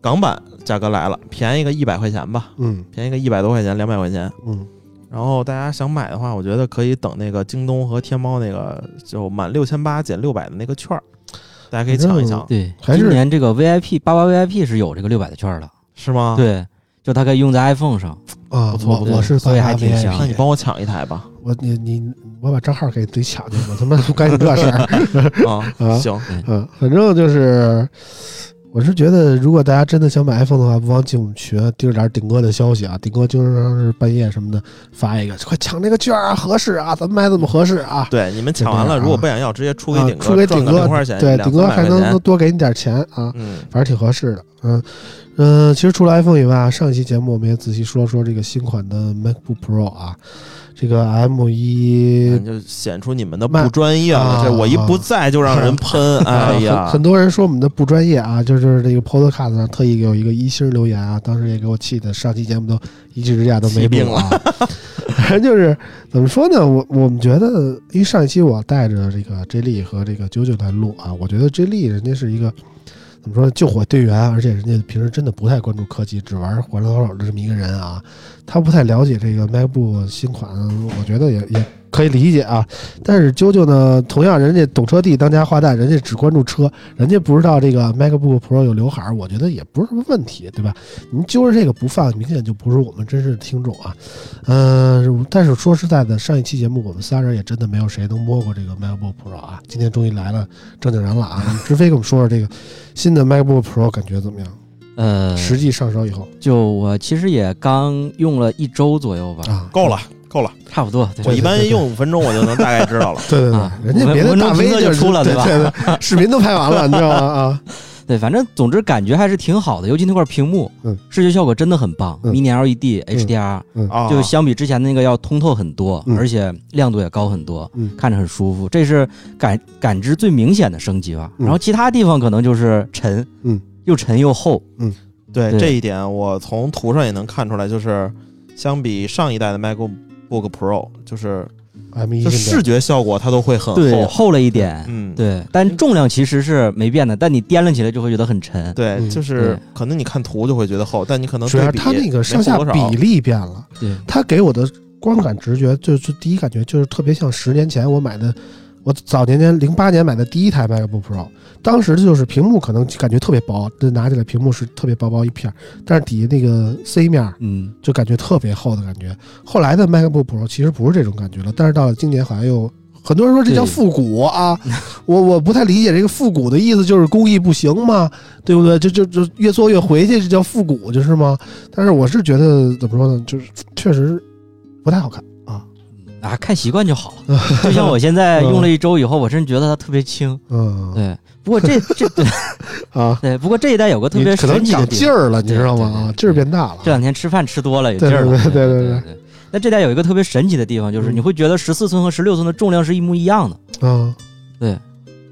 港版价格来了，便宜个一百块钱吧，嗯便宜个一百多块钱，两百块钱。嗯然后大家想买的话，我觉得可以等那个京东和天猫那个就满六千八减六百的那个券儿，大家可以抢一啊抢，对，还是今年这个 VIP 八八 VIP 是有这个六百的券的，是啊吗？，对，就它可以用在 iPhone 上，啊，不错我不错我是所以发还挺 VIP 香那你帮我抢一台吧。我你你我把账号给自己抢去，我他妈不干你这事儿。 *laughs* 啊啊， *laughs* 行，嗯，反正就是，我是觉得，如果大家真的想买 iPhone 的话，不妨进我们群盯着点顶哥的消息啊。顶哥经常是半夜什么的发一个，快抢这个券啊，合适啊，咱们买怎么合适啊？对，你们抢完就这了，样啊如果不想要，直接出给啊顶哥，出给赚顶个哥零花钱，对，两顶哥三百还块能钱多给你点钱啊，嗯，反正挺合适的。嗯嗯，其实除了 iPhone 以外啊，上一期节目我们也仔细说了说这个新款的 MacBook Pro 啊，这个 M 一嗯就显出你们的卖不专业了。啊这我一不在就让人喷，啊哎呀 *laughs* 很，很多人说我们的不专业啊，就是这个 Podcast 上特意有一个一星留言啊，当时也给我气的，上期节目都一句之价都没录啊。反正 *laughs* 就是怎么说呢，我我们觉得，因为上一期我带着这个 J 莉和这个九九来录啊，我觉得 J 莉人家是一个怎么说呢救火队员，而且人家平时真的不太关注科技，只玩火热手的这么一个人啊，他不太了解这个 MacBook 新款，我觉得也也可以理解啊。但是啾啾呢，同样人家懂车帝当家花旦，人家只关注车，人家不知道这个 MacBook Pro 有刘海儿，我觉得也不是什么问题，对吧？您揪着这个不放，明显就不是我们真实的听众啊。嗯、但是说实在的，上一期节目我们仨人也真的没有谁能摸过这个 MacBook Pro 啊。今天终于来了正经人了啊！直飞给我们说说这个新的 MacBook Pro 感觉怎么样？呃，实际上手以后就我其实也刚用了一周左右吧，啊，够了，够了，差不多。对我一般 *laughs* 对对。用五分钟我就能大概知道了 *laughs* 对对对，啊人家我别的我大弄 V 评测就是出了对对吧对对，视频都拍完了，你知道吗？ *laughs* 啊，对，反正总之感觉还是挺好的，尤其那块屏幕，嗯视觉效果真的很棒，E 嗯迷你 LED、HDR，啊，就相比之前那个要通透很多，嗯而且亮度也高很多，嗯看着很舒服，这是感感知最明显的升级吧。嗯然后其他地方可能就是沉，嗯，又沉又厚，对对这一点，我从图上也能看出来，就是相比上一代的 MacBook Pro，就是，M 一就视觉效果它都会很对，呃厚。厚了一点，嗯，对，但重量其实是没变的，但你掂量起来就会觉得很沉。对，嗯就是对可能你看图就会觉得厚，但你可能主要对是比它那个上下没厚多少比例变了，对，它给我的观感直觉就是第一感觉就是特别像十年前我买的，我早年间零八年买的第一台 MacBook Pro，当时就是屏幕可能感觉特别薄，这拿起来屏幕是特别薄薄一片儿，但是底下那个 C 面儿嗯，就感觉特别厚的感觉。后来的 MacBook Pro 其实不是这种感觉了，但是到了今年好像又。很多人说这叫对复古 *laughs* 啊，我我不太理解这个复古的意思，就是工艺不行嘛，对不对？就就就越做越回去，这叫复古就是吗？但是我是觉得怎么说呢，就是确实不太好看。啊，看习惯就好 *laughs* 了。就像我现在用了一周以后，我真觉得它特别轻。嗯，对，不过 *laughs* 这这对啊，对，不过这一代有个特你别可能神奇的长地劲方，儿了，你对知道吗？对对啊对，劲儿变大了。这两天吃饭吃多了有劲对儿了。对对对对对对。那这代有一个特别神奇的地方，就是嗯你会觉得十四寸和十六寸的重量是一模一样的。啊，对，为什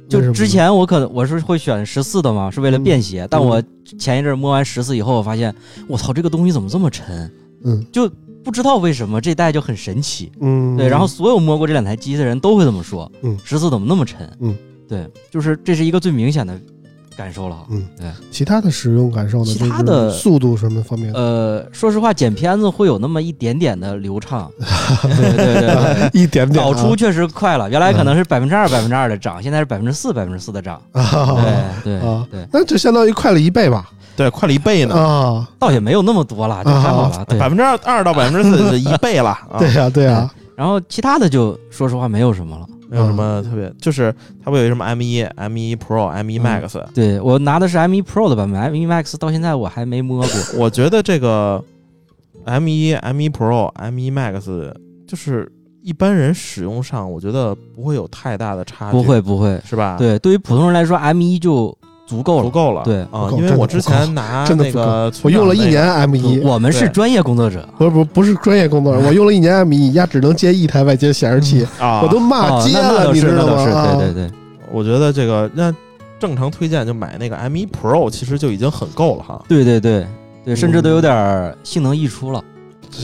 就么之前我可能我是会选十四的嘛，是为了嗯便携。但我前一阵摸完十四以后，我发现我操，这个东西怎么这么沉？嗯就不知道为什么这代就很神奇。嗯，对，然后所有摸过这两台机的人都会这么说，嗯十四怎么那么沉？嗯，对，就是这是一个最明显的感受了。嗯对，其他的使用感受呢？其他的就是速度什么方面的，呃，说实话，剪片子会有那么一点点的 *laughs* 流畅，对对对一点对，点啊呃嗯导出确实快了，原来可能是百分之二、百分之二的涨，现在是百分之四、百分之四的涨，啊，对对啊对，那就相当于快了一倍吧？对快了一倍呢，啊，倒也没有那么多了，就还好了，对百。分之二二到百分之 *laughs* 四是一倍了啊。对呀，对呀，然后其他的就说实话没有什么了，没有什嗯么特别，就是它会有什么 M 一、M 一 Pro、M 一 Max。对我拿的是 M1 Pro 的版本，M1 Max 到现在我还没摸过，我觉得这个 M 一、M 一 Pro、M 一 Max 就是一般人使用上，我觉得不会有太大的啊差距，不会不会，是啊吧？，对，对于普通人来说，M1 就足够不了。够了，对啊不，够因为我之前拿真的那不够个，我用了一年 M 一，我们是对专业工作者，不是不是不是专业工作人员，我用了一年 M 一，丫只能接一台外接显示器，啊，我都骂哦街那那了，倒你是知那道倒吗？是，啊对对对，我觉得这个那正常推荐就买那个 M 一 Pro，其实就已经很够了哈，对对对对，甚至都有点儿性能溢出了。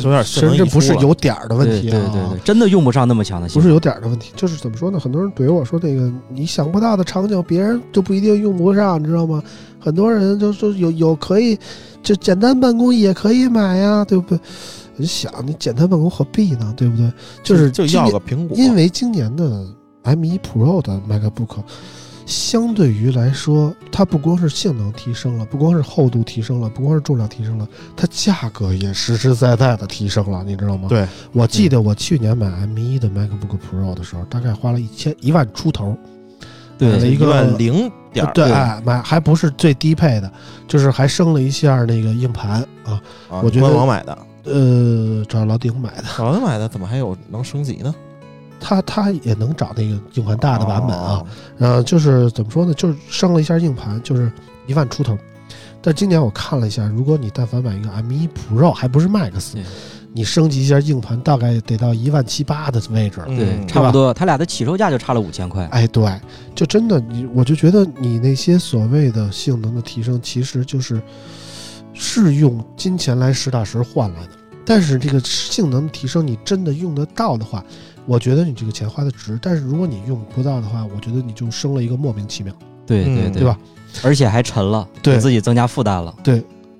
有点其性能实这溢出不是了有点儿的问题啊，对对对对，真的用不上那么强的不性能。是有点儿的问题，就是怎么说呢？很多人怼我说这个你想不到的场景，别人就不一定用不上，你知道吗？很多人就说有有可以，就简单办公也可以买呀，对不对？我就想你简单办公何必呢，对不对？就是就今要年个苹果，因为今年的 M1 Pro 的 MacBook 相对于来说，它不光是性能提升了，不光是厚度提升了，不光是重量提升了，它价格也实实在在的提升了，你知道吗？对，我记得我去年买 M1 的 MacBook Pro 的时候，大概花了一千一万出头，买了对一个万零点儿对，啊哎买还不是最低配的，就是还升了一下那个硬盘啊，我觉得官网买的，呃，找老顶买的，早上买的怎么还有能升级呢？它它也能找那个硬盘大的版本啊哦，，呃，就是怎么说呢，就是升了一下硬盘，就是一万出头。但今年我看了一下，如果你但凡买一个 M1 Pro，还不是 Max，对你升级一下硬盘，大概得到一万七八的位置。嗯对，差不多，它俩的起售价就差了五千块。哎，对，就真的你，我就觉得你那些所谓的性能的提升，其实就是是用金钱来实打实换来的。但是这个性能提升，你真的用得到的话，我觉得你这个钱花的值。但是如果你用不到的话，我觉得你就生了一个莫名其妙，对嗯对对吧？？而且还沉了，对给自己增加负担了。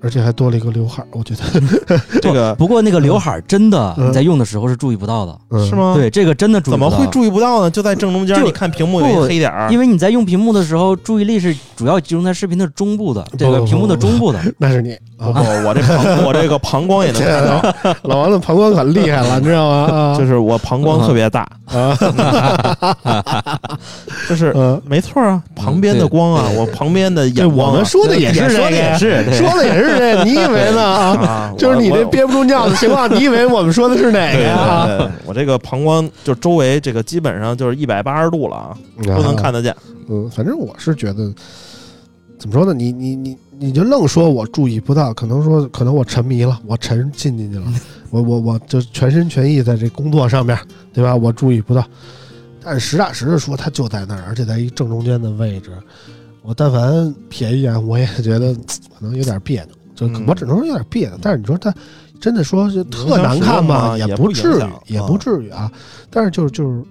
而且还多了一个刘海儿，我觉得、这个不过那个刘海儿真的嗯你在用的时候是注意不到的， *laughs* 嗯、是？吗？对，这个真的注意怎不到么会？注意不到呢？就在正中间，就你看屏幕有一不黑点儿，因为你在用屏幕的时候，注意力是主要集中在视频的中部的，这个不屏幕的中部的。那是你不啊不，，哦我这膀我这个膀胱也能看到， *laughs* 老王的膀胱很厉害了，你知道吗？啊， *laughs* 就是我膀胱特别大， *laughs* 就是嗯，没错啊，旁边的光啊，对我旁边的这眼我光们啊说的也是也这说的也个，是对说的也是这个，你以为呢？啊， *laughs* 啊，就是我你这我憋不住尿的情况，你以为我们说的是哪个对呀？啊对对对我这个膀胱就周围这个基本上就是一百八十度了啊，不不能看得见。嗯，反正我是觉得，怎么说呢？你你你你就愣说我注意不到，可能说可能我沉迷了，我沉浸进去了，我我我就全心全意在这工作上面，对吧？我注意不到，但是实打实的说，它就在那儿，而且在一正中间的位置。我但凡瞥一眼，我也觉得可能有点别扭，就嗯我只能说有点别扭。但是你说它真的说就特影响难使看用吗？吗也不不影至于响，也啊不至于啊。但是就是就是，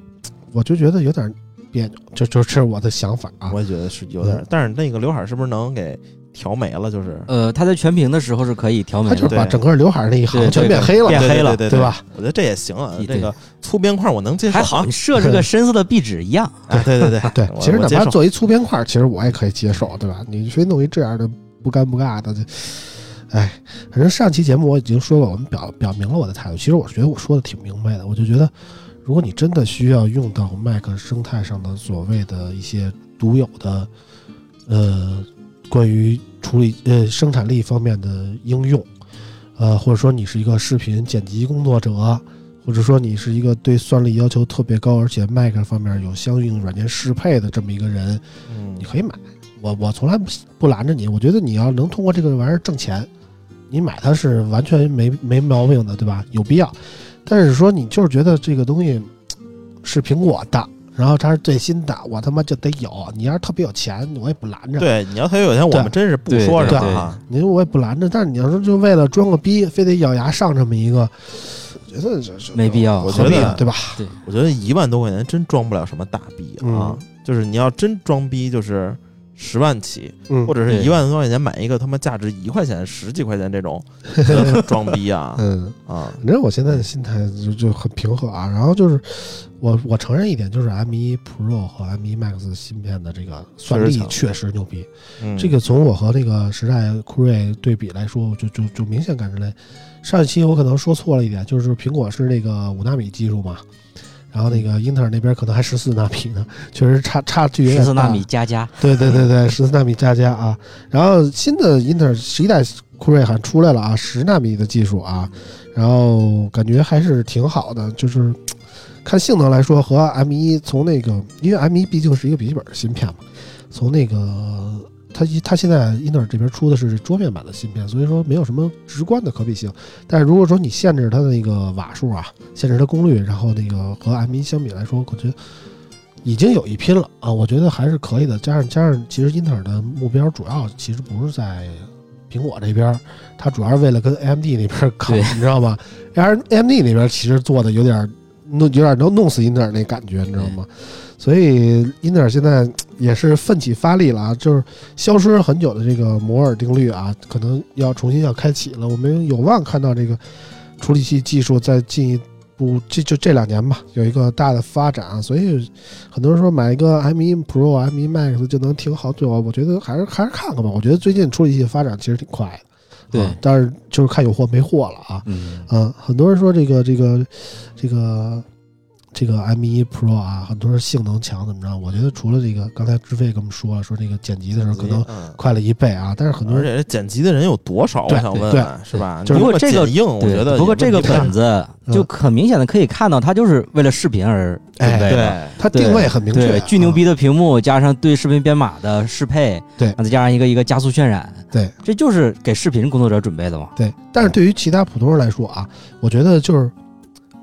我就觉得有点别扭，就就这是我的想法啊。我也觉得是有点嗯儿，但是那个刘海儿是不是能给调没了？就是呃，它在全屏的时候是可以调美他就是的，把对整个刘海那一行对全对变黑了，变对黑了对对？吧？我觉得这也行啊，对这个粗边框我能接受。还好你设置个深色的壁纸一样。哎，对对 *laughs* 对对，我其实我哪接怕受做一粗边块儿，其实我也可以接受，对吧？你非弄一这样的不尴不尬的，就哎，反正上期节目我已经说过，我们表表明了我的态度。其实我觉得我说的挺明白的，我就觉得，如果你真的需要用到 Mac 生态上的所谓的一些独有的，呃，关于处理呃生产力方面的应用，呃，或者说你是一个视频剪辑工作者，或者说你是一个对算力要求特别高，而且 Mac 方面有相应软件适配的这么一个人，嗯你可以买。我我从来不不拦着你，我觉得你要能通过这个玩意儿挣钱，你买它是完全没没毛病的，对吧？有必要。但是说你就是觉得这个东西是苹果的，然后它是最新的，我他妈就得有。你要是特别有钱，我也不拦着。对，你要他有一天我嗯对们真是不对说什对么啊，你说我也不拦着，但是你要说就为了装个逼，非得咬牙上这么一个，我觉得这这没必要何我觉得必呢对吧？我觉得一万多块钱真装不了什么大逼啊嗯，就是你要真装逼，就是十万起，嗯或者是对一万多块钱买一个他妈价值一块钱、十几块钱这种呃装逼啊嗯。啊！反正我现在的心态就就很平和啊。然后就是我我承认一点，就是 M1 Pro 和 M1 Max 芯片的这个算确实力强确实牛逼。嗯这个从我和那个时代酷睿对比来说，我就就就明显感觉来。上一期我可能说错了一点，就是苹果是那个五纳米技术嘛，然后那个英特尔那边可能还十四纳米呢，确实差差距有点十大。四纳米加加，对对对对，十四纳米加加啊，然后新的英特尔十一代酷睿还出来了啊，十纳米的技术啊，然后感觉还是挺好的，就是看性能来说和 M 一从那个，因为 M 一毕竟是一个笔记本芯片嘛，从那个它一它现在英特尔这边出的是桌面版的芯片，所以说没有什么直观的可比性。但是如果说你限制它的那个瓦数啊，限制它功率，然后那个和 M 一相比来说，我觉得已经有一拼了啊，我觉得还是可以的。加上加上，其实英特尔的目标主要其实不是在苹果这边儿，它主要是为了跟 AMD 那边儿搞，对你知道吗？A AMD 那边其实做的有点儿弄，有点儿能弄死英特尔那感觉，你知道吗？所以英特尔现在也是奋起发力了啊，就是消失了很久的这个摩尔定律啊，可能要重新要开启了。我们有望看到这个处理器技术再进一步，这就这两年吧，有一个大的发展啊。所以很多人说买一个 M1 Pro、M1 Max 就能挺好对我，我觉得还是还是看看吧。我觉得最近处理器发展其实挺快的，对啊但是就是看有货没货了啊。嗯，嗯，很多人说这个这个这个这个 M1 Pro 啊，很多人性能强怎么着？我觉得除了这个，刚才志飞跟我们说了，说这个剪辑的时候可能嗯快了一倍啊，但是很多而人且这剪辑的人有多少？我对想问对问，是吧？就是你不过这个剪映，我对觉得不过也这个问题不大本子嗯就很明显的可以看到，它就是为了视频而准备的。哎对，它定位很明确啊对，，巨牛逼的屏幕加上对视频编码的适配，对然后再加上一个一个加速渲染，对，这就是给视频工作者准备的嘛嗯。。对，但是对于其他普通人来说啊，我觉得就是。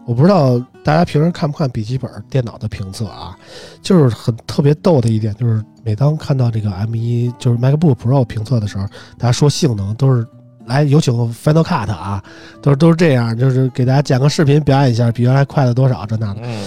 我不知道大家平时看不看笔记本电脑的评测啊，就是很特别逗的一点，就是每当看到这个 M1 就是 MacBook Pro 评测的时候，大家说性能都是来有请 Final Cut 啊，都是都是这样，就是给大家剪个视频表演一下，比原来快了多少这那的。嗯，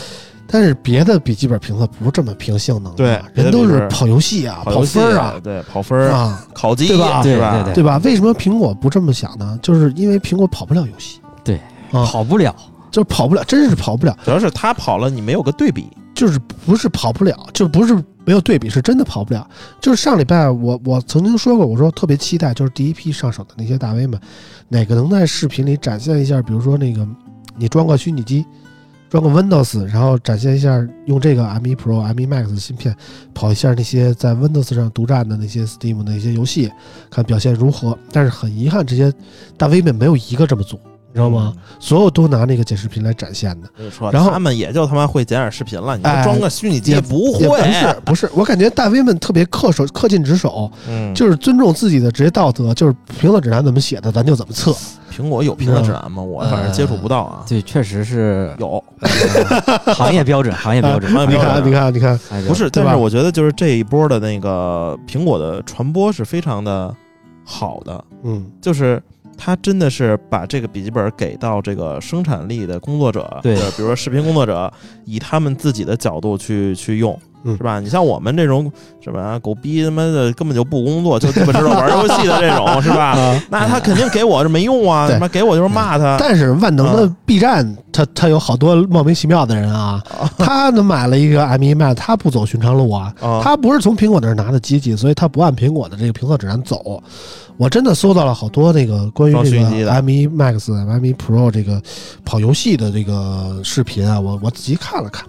但是别的笔记本评测不是这么凭性能的，啊对别人的都笔记是本跑游戏啊，跑游戏分儿啊，对，跑分儿，啊，考级对吧是对吧？对对吧？为什么苹果不这么想呢？就是因为苹果跑不了游戏，对啊，跑不了，就是跑不了，真是跑不了，主要是他跑了，你没有个对比，就是不是跑不了，就不是没有对比，是真的跑不了。就是上礼拜我我曾经说过，我说特别期待，就是第一批上手的那些大 V 们，哪个能在视频里展现一下，比如说那个你装个虚拟机，装个 Windows，然后展现一下用这个 M1 Pro、M1 Max 的芯片跑一下那些在 Windows 上独占的那些 Steam 的一些游戏，看表现如何。但是很遗憾，这些大 V 们没有一个这么做，你知道嗯吗？所有都拿那个剪视频来展现的。我跟你嗯说，然后他们也就他妈会剪点视频了，你哎说装个虚拟机也不也会，哎不是不是，我感觉大 V 们特别恪守恪尽职守，嗯，就是尊重自己的职业道德，就是评测指南怎么写的，咱就怎么测。苹果有评测指南吗？我哎反正接触不到啊。对，确实是有， *laughs* 呃行业标准，行业标准，行业你标 *laughs* 看，准你看，你看，行业标准不对是，但吧是我觉得就是这一波的那个苹果的传播是非常的好的，嗯，就是它真的是把这个笔记本给到这个生产力的工作者，对就是比如说视频工作者，以他们自己的角度去去用。嗯是吧？你像我们这种什么啊狗逼他妈的，根本就不工作，就他妈知道玩游戏的这 *laughs* 种，是吧？那他肯定给我是没用啊！啊对他妈给我就是骂他，但是万能的 B 站，它它有好多莫名其妙的人啊，他呢买了一个 M1 Max，他不走寻常路啊，啊他不是从苹果那儿拿的机器，所以他不按苹果的这个评测指南走。我真的搜到了好多那个关于装这个虚拟机的 M1 Max、M1 Pro 这个跑游戏的这个视频啊，我我仔细看了看，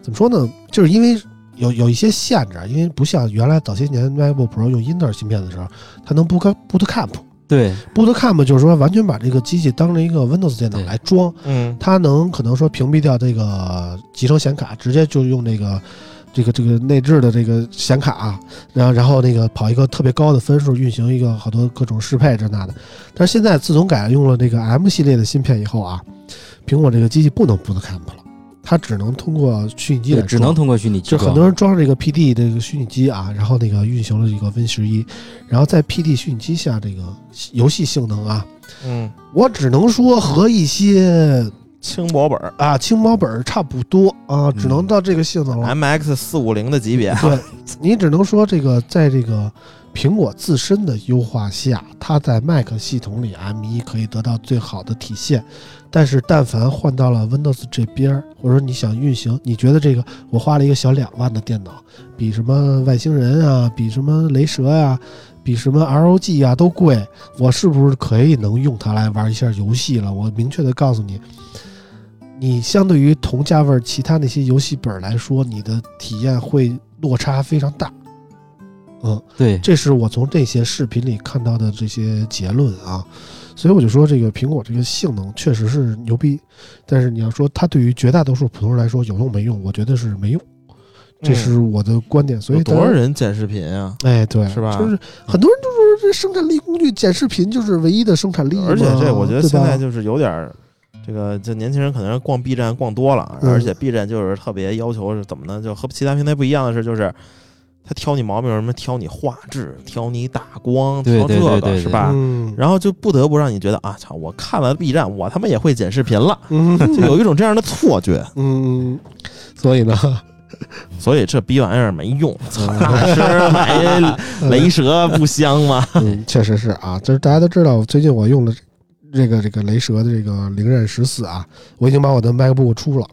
怎么说呢？就是因为有有一些限制，啊，因为不像原来早些年 MacBook Pro 用英特尔芯片的时候，它能 boot boot camp。对 Boot Camp 就是说完全把这个机器当成一个 Windows 电脑来装，嗯它能可能说屏蔽掉这个集成显卡，直接就用这个这个这个内置的这个显卡、然后然后那个跑一个特别高的分数，运行一个好多各种适配这那的。但是现在自从改用了这个 M 系列的芯片以后啊，苹果这个机器不能 Boot Camp 了，它只能通过虚拟机来装，对，只能通过虚拟机就装，很多人装这个 PD 这个虚拟机啊，然后那个运行了这个 Win 十一，然后在 PD 虚拟机下这个游戏性能啊，嗯，我只能说和一些轻薄本儿啊轻薄本儿差不多啊，嗯只能到这个性能 *laughs* 了。 ，MX 四五零的级别，对，你只能说这个在这个苹果自身的优化下，它在 Mac 系统里 M1 可以得到最好的体现。但是，但凡换到了 Windows 这边儿，或者说你想运行，你觉得这个我花了一个小两万的电脑，比什么外星人啊，比什么雷蛇呀、比什么 ROG 啊都贵，我是不是可以能用它来玩一下游戏了？我明确的告诉你，你相对于同价位儿其他那些游戏本儿来说，你的体验会落差非常大。嗯，对这是我从这些视频里看到的这些结论啊，所以我就说这个苹果这个性能确实是牛逼，但是你要说它对于绝大多数普通人来说有用没用，我觉得是没用，这是我的观点。所以嗯有多大少家？人剪视频啊？哎，对，是吧就是很多人都说这生产力工具剪视频就是唯一的生产力嘛，而且这我觉得对吧现在就是有点儿，这个这年轻人可能是逛 B 站逛多了，啊嗯而且 B 站就是特别要求是怎么呢？就和其他平台不一样的是，就是他挑你毛病，什么挑你画质，挑你打光，对挑对这对个对是对吧？嗯，啊然后就不得不让你觉得啊，操！我看完 B 站，我他妈也会剪视频了，嗯就有一种这样的错觉。嗯，所以呢，所以这逼玩意儿没用，操！嗯大师买雷蛇不香吗？嗯， *laughs* 确实是啊，就是大家都知道，最近我用了这个这个雷蛇的这个灵刃十四啊，我已经把我的 MacBook 出了，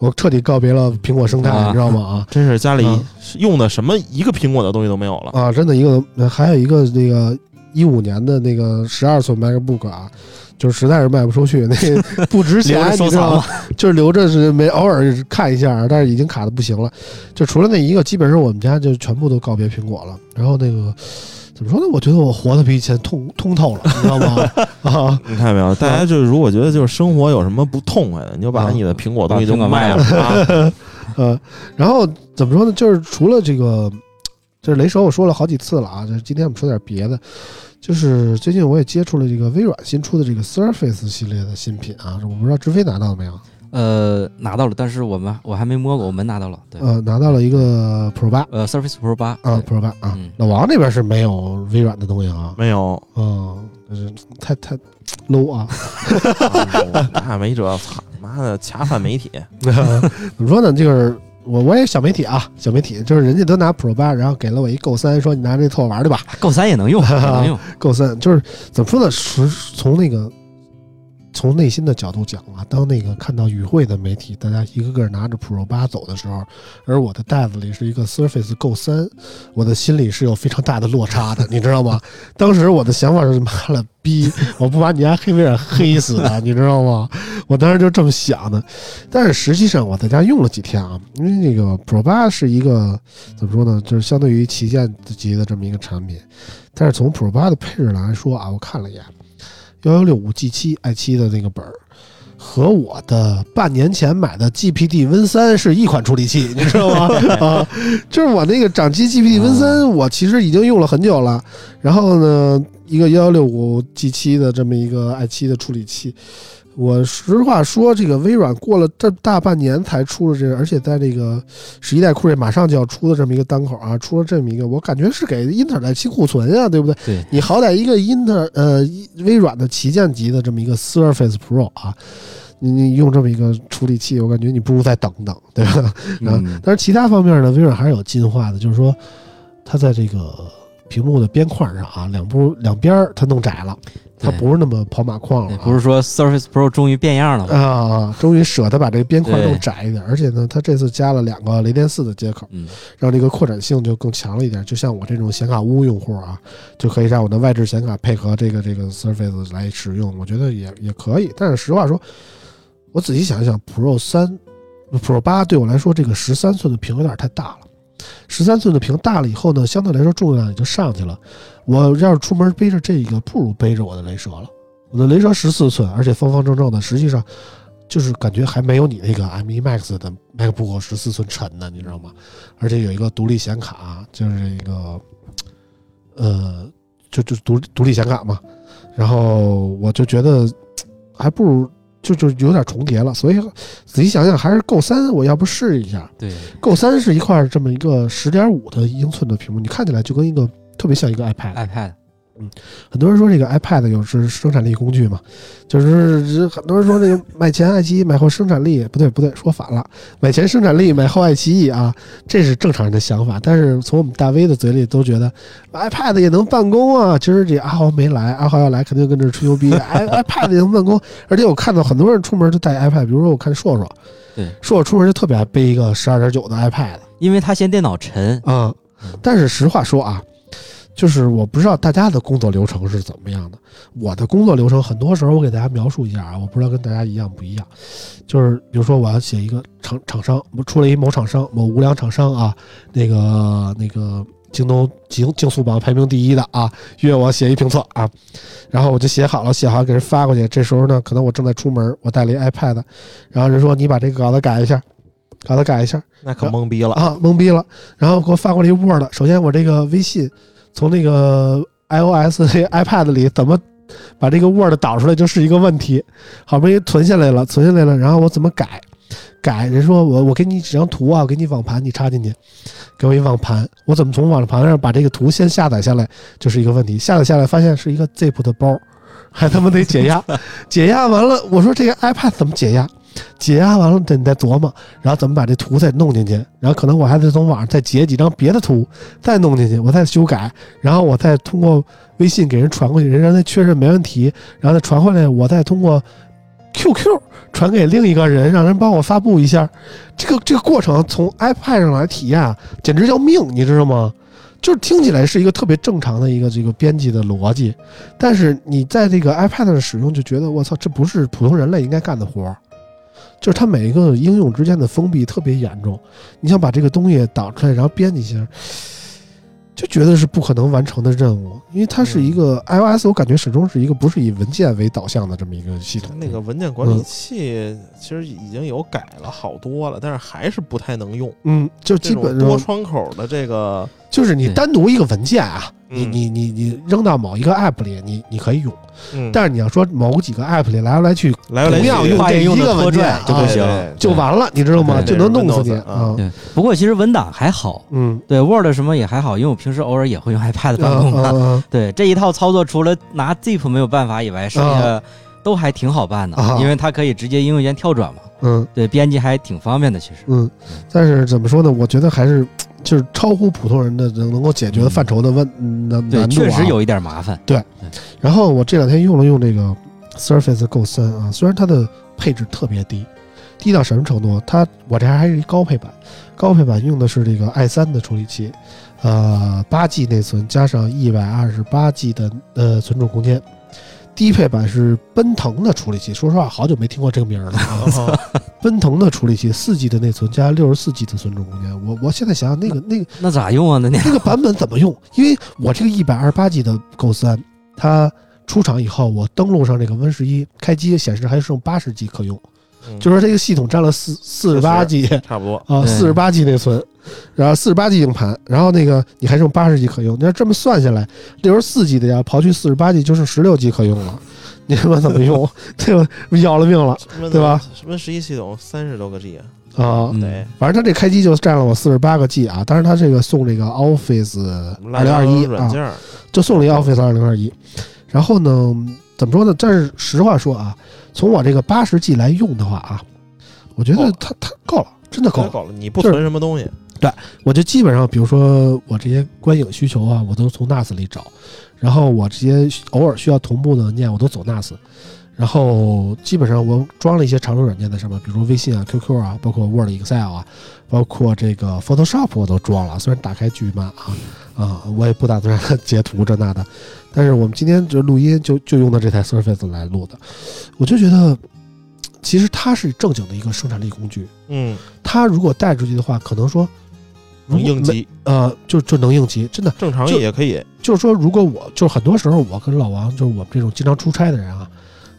我彻底告别了苹果生态，啊你知道吗？真是家里嗯用的什么一个苹果的东西都没有了。啊啊，真的一个呃还有一个那个一五年的那个十二 *laughs* 寸 MacBook 啊。就是实在是卖不出去，那不值留钱着，你收知道藏吗？就是留着是没偶尔看一下，但是已经卡的不行了。就除了那一个，基本上我们家就全部都告别苹果了。然后那个怎么说呢？我觉得我活得比以前通通透了，你知道吗？ *laughs* 啊，你 *laughs* 看没有？大家就是如果觉得就是生活有什么不痛快的，你就把啊你的苹果东西把就苹果 *laughs* 卖卖了啊。呃，然后怎么说呢？就是除了这个，就是雷蛇，我说了好几次了啊。就是今天我们说点别的，就是最近我也接触了这个微软新出的这个 Surface 系列的新品啊，我不知道知飞拿到了没有？呃，拿到了，但是我们我还没摸过，我们拿到了，对，呃，拿到了一个 Pro 八呃，Surface Pro 八啊，Pro 八啊。嗯，老王这边是没有微软的东西啊，没有，嗯，但是太太 low 啊。 *laughs* 那没辙，操，妈的，恰饭媒 *laughs* 体，怎么说呢？就是我我也小媒体啊，小媒体就是人家都拿 Pro 八，然后给了我一 Go 三，说你拿这套玩去吧。够三也能 *laughs* 用，也能用， Go 三就是怎么说呢？从从那个从内心的角度讲啊，当那个看到与会的媒体，大家一个个拿着 Pro 八走的时候，而我的袋子里是一个 Surface Go 三，我的心里是有非常大的落差的，你知道吗？当时我的想法是，妈了逼，我不把你家黑微软黑死了，你知道吗？我当时就这么想的，但是实际上我在家用了几天啊，因为那个 Pro 八是一个怎么说呢，就是相对于旗舰级的这么一个产品。但是从 Pro 八的配置来说啊，我看了一眼，幺幺六五 G 七 i 七的那个本儿，和我的半年前买的 GPD Win 三是一款处理器，你知道吗？啊，就是我那个掌机 GPD Win 三，我其实已经用了很久了。然后呢，一个幺幺六五 G 七的这么一个 i 七的处理器。我实话说，这个微软过了这大半年才出了这个，而且在这个十一代酷睿马上就要出的这么一个单口啊，出了这么一个，我感觉是给英特尔在清库存呀、对不对？对，你好歹一个英特尔呃一微软的旗舰级的这么一个 Surface Pro 啊，你你用这么一个处理器，我感觉你不如再等等，对 *laughs* 吧？嗯，但是其他方面呢，微软还是有进化的，就是说它在这个屏幕的边框上啊，两部两边儿它弄窄了，它对不是那么跑马框了、对啊，不是说 Surface Pro 终于变样了吗？啊，终于舍得把这个边框对弄窄一点，而且呢，它这次加了两个雷电四的接口，嗯，让这个扩展性就更强了一点。就像我这种显卡屋用户啊，就可以让我的外置显卡配合这个这个 Surface 来使用，我觉得也也可以。但是实话说，我仔细想一想，Pro 三、Pro 呃八对我来说，这个十三寸的屏有点太大了。十三寸的屏大了以后呢，相对来说重量也就上去了。我要是出门背着这个，不如背着我的雷蛇了。我的雷蛇十四寸，而且方方正正的，实际上就是感觉还没有你那个 M1 Max 的 MacBook 十四寸沉呢，你知道吗？而且有一个独立显卡，就是一个，呃，就就独独立显卡嘛。然后我就觉得还不如就就有点重叠了，所以仔细想想还是 Go 三，我要不试一下。对， Go 三是一块这么一个十点五的英寸的屏幕，你看起来就跟一个特别像一个 iPad。 iPad，很多人说这个 iPad 有是生产力工具嘛，就是很多人说这个买前爱奇艺，买后生产力，不对不对，说反了，买前生产力，买后爱奇艺啊，这是正常人的想法。但是从我们大 V 的嘴里都觉得 iPad 也能办公啊，今儿这阿豪没来，阿豪要来肯定跟这儿吹牛逼，i iPad 也能办公。而且我看到很多人出门就带 iPad，比如说我看硕硕，对硕硕出门就特别爱背一个十二点九的 iPad。因为它嫌电脑沉，啊、但是实话说啊，就是我不知道大家的工作流程是怎么样的。我的工作流程很多时候我给大家描述一下啊，我不知道跟大家一样不一样。就是比如说我要写一个厂厂商，出了一某厂商某无良厂商啊，那个那个京东竞竞速榜排名第一的啊，约我写一评测啊，然后我就写好了，写好给人发过去。这时候呢，可能我正在出门，我带了一 iPad，然后人说你把这个稿子改一下，稿子改一下。那可懵逼了。啊，懵逼了，然后给我发过来一 Word。首先我这个微信从那个 iOS 这 iPad 里怎么把这个 Word 导出来就是一个问题，好不容易存下来了，存下来了，然后我怎么改？改人说我我给你几张图啊，我给你网盘，你插进去，给我一网盘，我怎么从网盘上把这个图先下载下来，就是一个问题。下载下来发现是一个 zip 的包，还他妈得解压，解压完了，我说这个 iPad 怎么解压？解压完了，你再琢磨，然后怎么把这图再弄进去，然后可能我还得从网上再截几张别的图， *laughs* 再弄进去，我再修改，然后我再通过微信给人传过去，人家再确认没问题，然后再传回来，我再通过 QQ 传给另一个人，让人帮我发布一下。这个这个过程从 iPad 上来体验啊，简直要命，你知道吗？就是听起来是一个特别正常的一个这个编辑的逻辑，但是你在这个 iPad 上使用，就觉得我操，这不是普通人类应该干的活儿。就是它每一个应用之间的封闭特别严重，你想把这个东西导出来，然后编辑一下，就觉得是不可能完成的任务，因为它是一个 iOS，我感觉始终是一个不是以文件为导向的这么一个系统。那个文件管理器其实已经有改了好多了，但是还是不太能用。嗯，就这基种本多窗上口的这个就是你对单独一个文件啊，你嗯你你你扔到某一个 app 里，你你可以用，嗯但是你要说某几个 app 里来来去来回来同去样去呃用换这着一用个着拖文件拽就啊不对行对就完了，你知道吗？对就能弄死你 Windows，啊啊！对不过其实文档还好，嗯，对 Word 什么也还好，因为我平时偶尔也会用 iPad 啊办公啊的。啊对这一套操作，除了拿 zip 没有办法以外，剩下的都还挺好办的，嗯啊因为它可以直接应用源跳转嘛。嗯对，编辑还挺方便的，其实。嗯，但是怎么说呢？我觉得还是就是超乎普通人的能能够解决的范畴的问难对，难度啊确实有一点麻烦。然后我这两天用了用这个 Surface Go 三啊，虽然它的配置特别低，低到什么程度？它我这还是一高配版，高配版用的是这个 i 3的处理器，呃，八 G 内存加上一百二十八 G 的呃存储空间。低配版是奔腾的处理器，说实话，好久没听过这个名儿了啊。 *laughs* 奔腾的处理器，四 G 的内存加六十四 G 的存储空间。我我现在想想，那个 *laughs* 那个那咋用啊？那那这个版本怎么用？因为我这个一百二十八 G 的 Go 三，它出厂以后，我登录上这个 Win 十一，开机显示还剩八十 G 可用，嗯就是说这个系统占了四四十八 G 差不多，啊，四十八 G 内存，然后四十八 G 硬盘，然后那个你还剩八十 G 可用。你要这么算下来，六十四 G 的要刨去四十八 G，就剩十六 G 可用了。你他妈怎么用？ *laughs* 这个要了命了 *laughs* 对吧？Win 十一系统三十多个 G，啊！嗯对，反正它这开机就占了我四十八个 G 啊，当然它这个送这个 Office 我们二拉零二一软啊件，儿，就送了一 Office 二零二一。然后呢，怎么说呢？但是实话说啊，从我这个八十 G 来用的话啊，我觉得它它够了，真的够太了。搞了，你不就是存什么东西，我就基本上，比如说我这些观影需求啊，我都从 NAS 里找，然后我这些偶尔需要同步的文件，我都走 NAS。然后基本上我装了一些常用软件在上面，比如说微信啊、QQ 啊，包括 Word、Excel 啊，包括这个 Photoshop 我都装了。虽然打开巨慢啊啊，我也不打算让 *laughs* 它截图这那的，但是我们今天这录音就就用的这台 Surface 来录的，我就觉得其实它是正经的一个生产力工具。嗯，它如果带出去的话，可能说能如果应没急，呃，就就能应急，真的正常就也可以，就是说，如果我就是很多时候，我跟老王就是我们这种经常出差的人啊，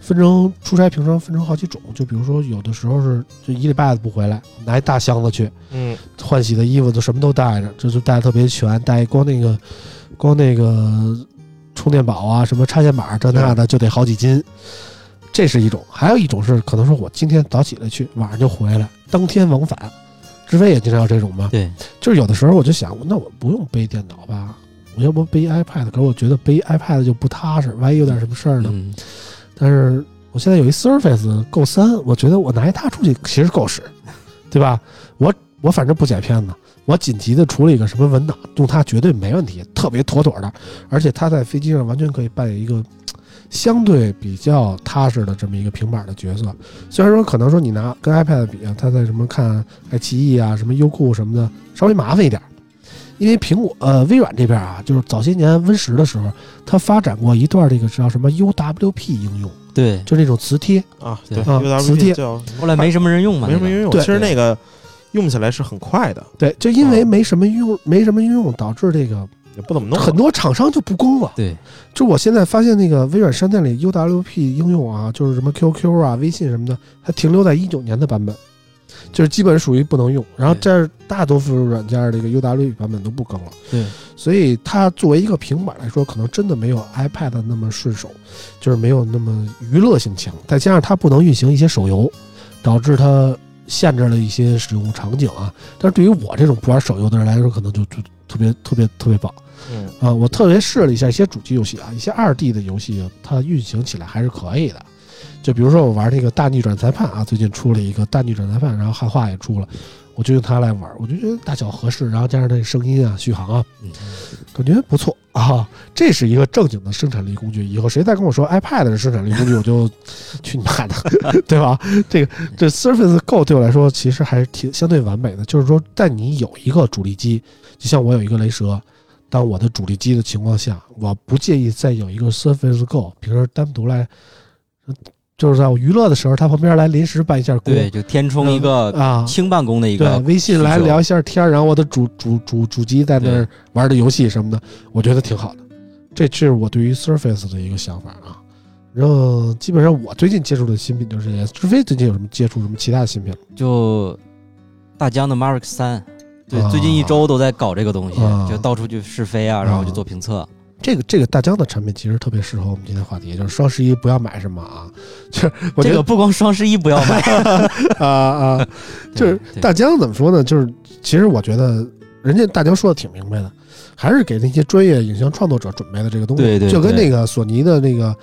分成出差平常分成好几种，就比如说有的时候是就一礼拜不回来，拿一大箱子去，嗯，换洗的衣服都什么都带着，这就带得特别全，带光那个光那个充电宝啊，什么插线板这那的就得好几斤，这是一种；还有一种是可能说我今天早起来去，晚上就回来，当天往返。志飞也经常有这种吗？ *laughs* 对，就是有的时候我就想，那我不用背电脑吧，我要不背 iPad，可是我觉得背 iPad 就不踏实，万一有点什么事儿呢？嗯，但是我现在有一 Surface Go 三，我觉得我拿一它出去 *laughs* 其实够使，对吧？我我反正不剪片子，我紧急的处理个什么文档，用它绝对没问题，特别妥妥的。而且它在飞机上完全可以扮演一个嘖相对比较踏实的这么一个平板的角色。虽然说可能说你拿跟 iPad 比啊，它在什么看爱奇艺啊、什么优酷什么的稍微麻烦一点儿。因为苹果呃微软这边啊，就是早些年 Win 十的时候，它发展过一段这个叫什么 UWP 应用，对。就那种磁贴，啊，对啊磁 UWP 贴叫后来没什么人用嘛，没什么那个应用，对其实那个用起来是很快的，对，就因为没什么用，没什么应用，导致这个也不怎么弄了，很多厂商就不供了。对，就我现在发现那个微软商店里 UWP 应用啊，就是什么 QQ 啊、微信什么的，还停留在一九年的版本，就是基本属于不能用。然后对这儿大多数软件儿这个 UWP 版本都不更了。对，所以它作为一个平板来说，可能真的没有 iPad 那么顺手，就是没有那么娱乐性强。再加上它不能运行一些手游，导致它限制了一些使用场景啊。但是对于我这种不玩手游的人来说，可能就就特别特别特别棒。嗯，啊，我特别试了一下一些主机游戏啊，一些二 D 的游戏，它运行起来还是可以的。就比如说我玩那个《大逆转裁判》啊，最近出了一个《大逆转裁判》，然后汉化也出了，我就用它来玩，我就觉得大小合适，然后加上它的声音啊、续航啊，嗯感觉不错啊。这是一个正经的生产力工具，以后谁再跟我说 iPad 是生产力工具，我就 *laughs* 去你妈的， *laughs* 对吧？这个这 Surface Go 对我来说其实还是挺相对完美的，就是说，在你有一个主力机，就像我有一个雷蛇，当我的主力机的情况下，我不介意再有一个 Surface Go，平时单独来，就是在我娱乐的时候，它旁边来临时办一下工对，就填充一个啊，轻办公的一哦对，个，微信来聊一下天儿，然后我的主主主主机在那儿玩的游戏什么的，我觉得挺好的。这是我对于 Surface 的一个想法啊。然后基本上我最近接触的新品就是这些。志飞最近有什么接触什么其他的新品？就大疆的 Mark 三，对啊，最近一周都在搞这个东西啊，就到处去试飞啊，然后就做评测。这个这个大疆的产品其实特别适合我们今天话题，就是双十一不要买什么啊，就是我觉这得个不光双十一不要买，啊啊， *laughs* 就是对大疆怎么说呢？就是其实我觉得人家大疆说的挺明白的，还是给那些专业影像创作者准备的这个东西，对对就跟对那个索尼的那个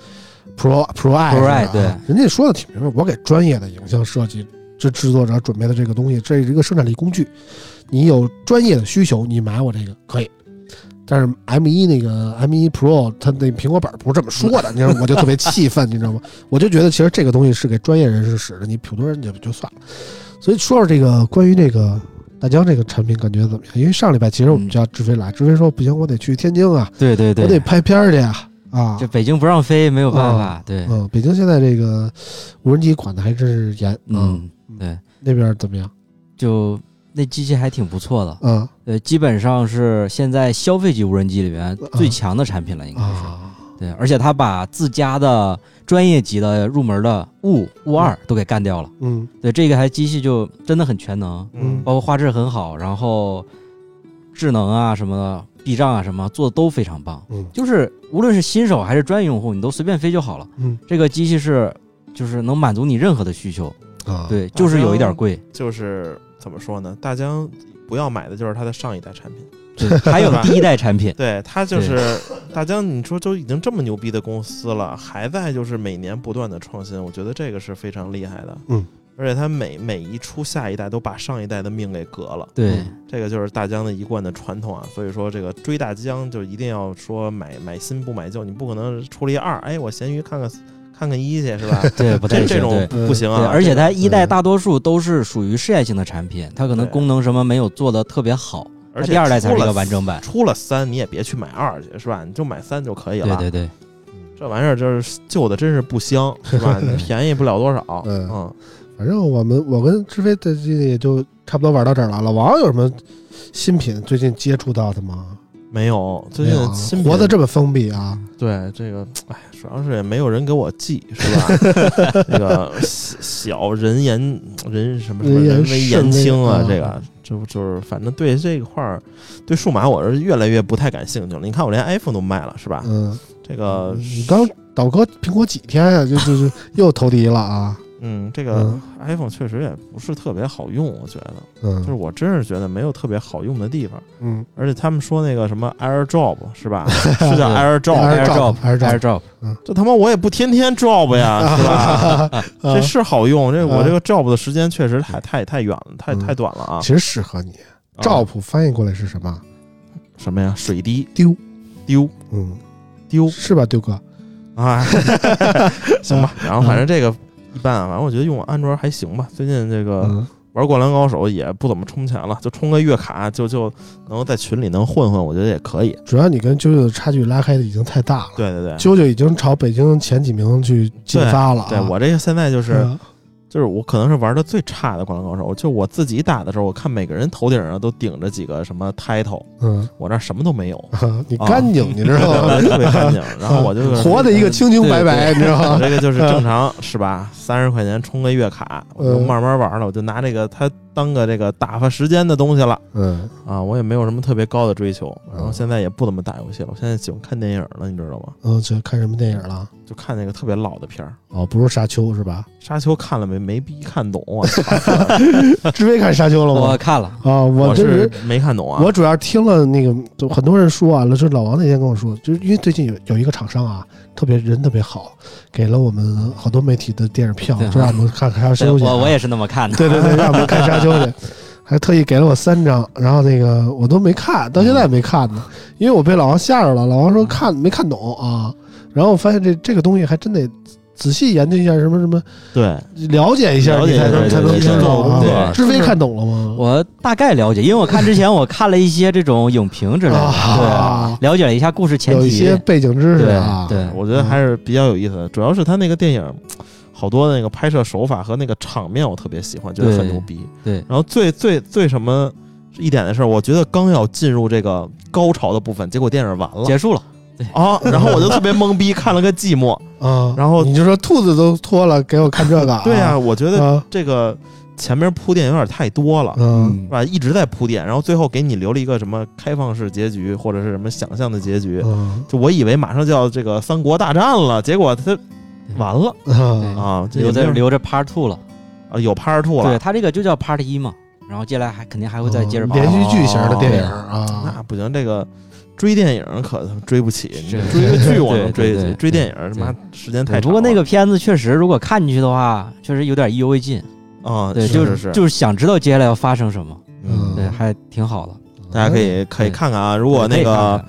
Pro Pro I Pro I，人家说的挺明白，我给专业的影像设计这制作者准备的这个东西，这是一个生产力工具，你有专业的需求，你买我这个可以。但是 M 一那个 M 一 Pro 它那苹果版不是这么说的，你知道吗我就特别气愤，你知道吗？我就觉得其实这个东西是给专业人士使的，你普通人就就算了。所以说说这个关于这个大疆这个产品感觉怎么样？因为上礼拜其实我们就要志飞来，志飞说不行，我得去天津啊，对对我得对，拍片儿去呀啊就。北京不让飞，没有办法。对，嗯，北京现在这个无人机管的还真是严啊。嗯，对，那边怎么样？就那机器还挺不错的，啊呃，基本上是现在消费级无人机里面最强的产品了，应该是。啊，对，而且他把自家的专业级的入门的雾雾二都给干掉了。嗯对，这个台机器就真的很全能，嗯包括画质很好，然后智能啊什么的，避障啊什么做的都非常棒。嗯就是无论是新手还是专业用户，你都随便飞就好了。嗯这个机器是就是能满足你任何的需求，啊，对，就是有一点贵。就是怎么说呢？大疆不要买的就是它的上一代产品，，对，还有第一代产品 *laughs* 对它就是大疆。你说都已经这么牛逼的公司了，还在就是每年不断的创新，我觉得这个是非常厉害的。嗯，而且它每每一出下一代都把上一代的命给革了，对这个就是大疆的一贯的传统啊。所以说这个追大疆就一定要说买买新不买旧，你不可能出了一二，哎，我闲鱼看 *laughs* 看看看一去是吧？对， *laughs* 不太这行。这种对。嗯不不行对，啊，而且它一代嗯大多数都是属于试验性的产品，它可能对功能什么没有做的特别好，而它且第二代才是出一个了完整版。出了三，你也别去买二去，是吧？你就买三就可以了。对对对，这玩意儿就是旧的，真是不香，*laughs* 是吧？你便宜不了多少。嗯嗯，反正我们我跟志飞在这里也就差不多玩到这儿了。老王有什么新品最近接触到的吗？没有，最没有近啊新品活得这么封闭啊，对这个，哎，主要是也没有人给我寄，*laughs* 是吧？那个小小人言人什么什么人言人微言慎微轻啊啊，这个就就是反正对这一块儿，对数码我是越来越不太感兴趣了。你看我连 iPhone 都卖了，啊是吧？嗯，这个你刚倒戈苹果几天啊，就就就又投敌了啊，嗯，这个嗯 iPhone 确实也不是特别好用，我觉得，就是嗯我真是觉得没有特别好用的地方。嗯，而且他们说那个什么 AirDrop *laughs* 是吧？是叫 AirDrop，还是照还是照还是照这他妈我也不天天 drop 呀，是吧？ *laughs* 这啊是好用，这啊我这个 drop 的时间确实太太太远了，太嗯太短了啊其。实适合你。啊照谱翻译过来是什么？什么呀？水滴丢，丢嗯， *laughs* 丢是吧，丢哥？ *laughs* 啊，行嗯吧。然后反正这个一般啊，反正我觉得用安卓还行吧。最近这个嗯，玩《灌篮高手》也不怎么充钱了，就充个月卡，就就能在群里能混混，我觉得也可以。主要你跟啾啾的差距拉开的已经太大了。对对对，啾啾已经朝北京前几名去进发了啊、嗯对我这个现在就是嗯就是我可能是玩的最差的《灌篮高手》，就我自己打的时候，我看每个人头顶上都顶着几个什么 title，嗯我那什么都没有，啊，你啊干净，你知道我吗？特别 *laughs* 干净。嗯然后我就活的一个清清白白，你知道我吗？这个就是正常是吧？三十块钱充个月卡，我就嗯慢慢玩了，我就拿这个它当个这个打发时间的东西了嗯，啊。我也没有什么特别高的追求，然后嗯现在也不怎么打游戏了，我现在喜欢看电影了，你知道吗？嗯，这看什么电影了？就看那个特别老的片儿，哦，不是沙丘是吧？ *laughs* 《沙丘》看了没？没逼看懂，啊我操！志飞看沙丘了我吗？看了，啊， *laughs* 我我这是没看懂啊。我主要听了那个，就很多人说啊，就是老王那天跟我说，就是因为最近有有一个厂商啊，特别人特别好，给了我们好多媒体的电影票对，啊就让我们看看沙对丘去啊。我我也是那么看的。对对对，让我们看沙丘去， *laughs* 还特意给了我三张，然后那个我都没看，到现在也没看呢，因为我被老王吓着了。老王说看没看懂啊，然后我发现这这个东西还真得仔细研究一下，什么什么对了解一下，了你解才能对对才能对知道对啊。对知飞就是看懂了吗？我大概了解，因为我看之前我看了一些这种影评之类的，啊对，了解了一下故事前有一提些。背景知识对啊，对，我觉得还是比较有意思的，主要是他那个电影。好多那个拍摄手法和那个场面，我特别喜欢，觉得很对牛逼。对然后最最最什么一点的是，我觉得刚要进入这个高潮的部分，结果电影完了结束了。啊，然后我就特别懵逼，看了个寂寞。啊，然后 *laughs* 你就说兔子都脱了，给我看这个啊，对啊，我觉得啊，这个前面铺垫有点太多了，嗯是吧？一直在铺垫，然后最后给你留了一个什么开放式结局或者是什么想象的结局，嗯就我以为马上就要这个三国大战了，结果他完了啊啊，这留在着留着 Part Two 了，啊有 Part Two 对了，他这个就叫 Part 一嘛，然后接下来还肯定还会再接着嗯跑。连续剧型的电影那啊，不行，这个追电影可追不起，你是追个剧我能对追对起，对追电影他妈时间太对长了。不过那个片子确实，如果看进去的话，确实有点意犹未尽。啊，对，是就是是，就是想知道接下来要发生什么，嗯对，还挺好的。大家可以可以看看啊，如如果那个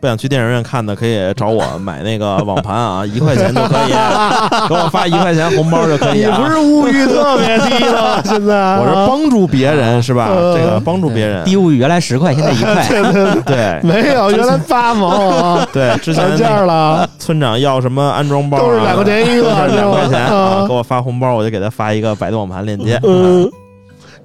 不想去电影院看的，可以找我买那个网盘啊，一块钱就可以，给我发一块钱红包就哎可以你啊。不是物欲特别低吗？现 *laughs* 在我是啊帮助别人是吧？呃这个帮助别人，低物语原来十块，现 *laughs* 在一块，对没有，原来八毛 *laughs* 啊，对，之前涨那价个了 *laughs* 啊，村长要什么安装包啊，都是两块钱一都个，是是两吧块钱啊，啊给，我发红包，我就给他发一个百度网盘链接。嗯，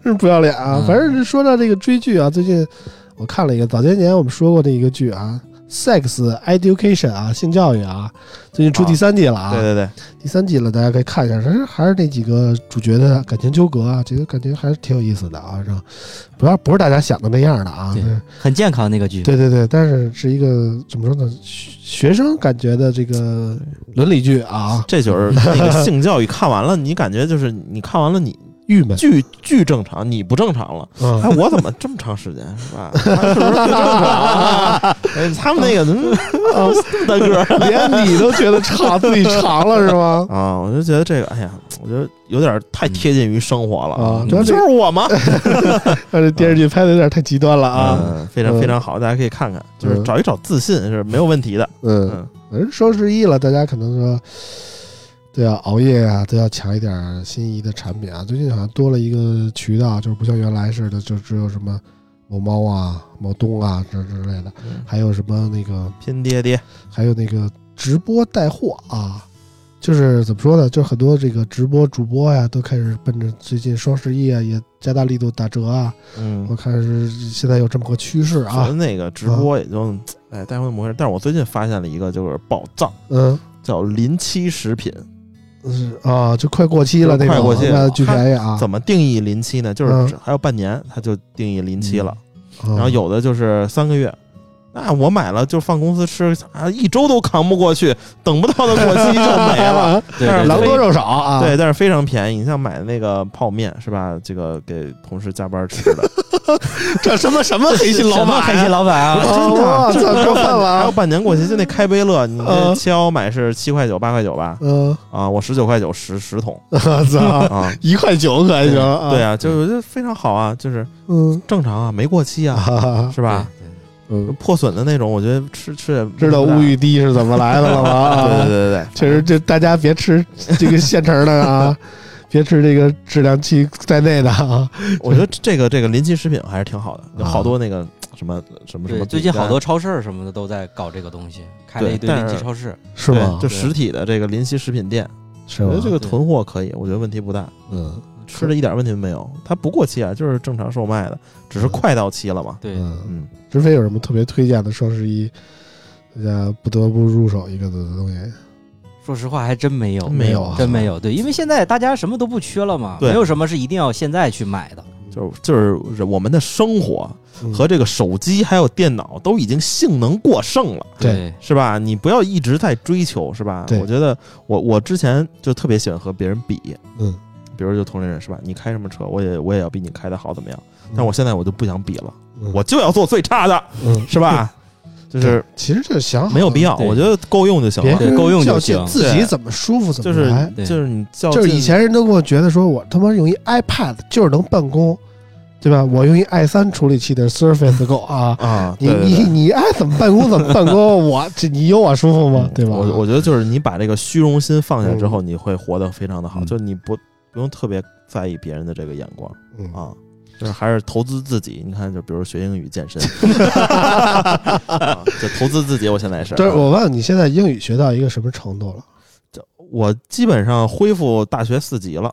真不要脸啊！嗯反正说到这个追剧啊，最近我看了一个，早些年我们说过的一个剧啊，《Sex Education》啊，性教育啊，最近出第三季了啊，对对对，第三季了，大家可以看一下。但是还是那几个主角的感情纠葛啊，这个感觉还是挺有意思的啊，让不要不是大家想的那样的啊。对嗯很健康的那个剧。对对对，但是是一个怎么说呢，学学生感觉的这个伦理剧啊，这就是那个性教育。看完了，你感觉就是你看完了，你郁闷。巨巨正常，你不正常了。嗯哎， *laughs* 我怎么这么长时间是吧？他是不是不正常啊？哎他们那个嗯大个儿连你都觉得长自己长了是吗？啊，我就觉得这个，哎呀，我觉得有点太贴近于生活了啊主要就这是我嘛。但是电视剧拍的有点太极端了啊。嗯，非常非常好，大家可以看看，就是找一找自信是没有问题的。嗯，嗯，反正双十一了，大家可能说都要熬夜啊，都要抢一点心仪的产品啊。最近好像多了一个渠道，就是不像原来似的，就只有什么某猫啊、某东啊这之类的，嗯还有什么那个，拼爹爹，还有那个直播带货啊。就是怎么说呢？就是很多这个直播主播呀，都开始奔着最近双十一啊，也加大力度打折啊。嗯我，看是现在有这么个趋势咱啊们。那个直播也就哎，待会怎么回事？但是我最近发现了一个就是宝藏，嗯，叫临期食品。是啊，就快过期了那快种，过期那了巨它便宜啊。怎么定义临期呢？就嗯是只还有半年，它就定义临期了。嗯然后有的就是三个月。那我买了就放公司吃啊，一周都扛不过去，等不到它过期就没 *laughs* 了。，对但对是狼狼多多肉少啊。对，但是非常便宜。你像买那个泡面是吧？这个给同事加班吃的， *laughs* 这什么什么黑 *laughs* 心什么黑心老板啊？真的我就是操，过分了还有啊。半年过期，就那开杯乐，你嗯这七幺买是七块九、八块九吧？嗯，啊，我十九块九十十桶我操，，啊一块九 *laughs* 可还行啊？对，啊，就是就非常好啊，就是嗯，正常啊，没过期啊，啊，是吧？对？对嗯，破损的那种，我觉得吃吃也知道物无欲低是怎么来的了吗？对啊，对对对对，确实，这大家别吃这个现成的啊，别吃这个质量期在内的啊。我觉得这个这个临期食品还是挺好的，有啊好多那个什么什么什么饼对，干，最近好多超市什么的都在搞这个东西，开了一堆对临但期是超市。是对，吗就？实体的这个临期食品店，是我觉吗得这？个对囤货可以，我觉得问题不大，嗯吃的一点问题没有，它不过期啊，就是正常售卖的，只是快到期了嘛。对，嗯。嗯，直飞有什么特别推荐的双十一大家不得不入手一个的东西？说实话还真没有，没有啊真没有。对，因为现在大家什么都不缺了嘛，对没有什么是一定要现在去买的。就是就是我们的生活嗯和这个手机还有电脑都已经性能过剩了。对对，是吧？你不要一直在追求，是吧？对我觉得我我之前就特别喜欢和别人比，嗯，比如就同龄人是吧？你开什么车，我也我也要比你开的好，怎么样？嗯但我现在我就不想比了，嗯我就要做最差的，嗯，是吧？就是其实就想好没有必要，对我觉得啊够用就行别了。跟人够用就较劲行自己对怎么舒服怎就么是来。对就是你较就是劲以前人都跟我觉得说我他妈用一 iPad 就是能办公，对吧？我用一 i 三处理器的 Surface Go 啊，啊，你对对你对你爱怎么办公怎么办公，我这你有我舒服吗嗯？对吧？嗯我我觉得就是你把这个虚荣心放下之后，你会活得非常的好，嗯就你不不用特别在意别人的这个眼光。嗯啊，就是还是投资自己。你看，就比如学英语、*laughs* 健身，啊就投资自己。我现在是，就是我问问你现在英语学到一个什么程度了？我基本上恢复大学四级了，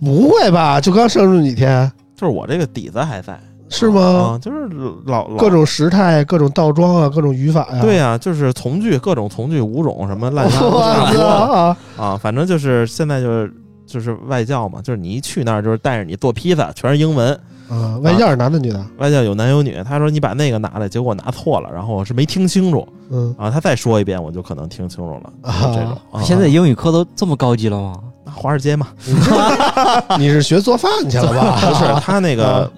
不会吧？就刚上任几天就是我这个底子还在，是吗？啊，就是老老嗯各。种时态、各种倒装啊、各种语法呀、对呀、就 *laughs* 是从句，各种从句、五种什么烂七八我糟操啊！啊，反正就是现在就是就是外教嘛，就是你一去那儿就是带着你做披萨，全是英文，啊，外教是男的女的？外教有男有女。他说你把那个拿来，结果我拿错了，然后我是没听清楚嗯啊。他再说一遍，我就可能听清楚了。就这种啊，啊现在英语课都这么高级了吗？华尔 *laughs* 街嘛， *laughs* 你是学做饭去了吧？不是他那个，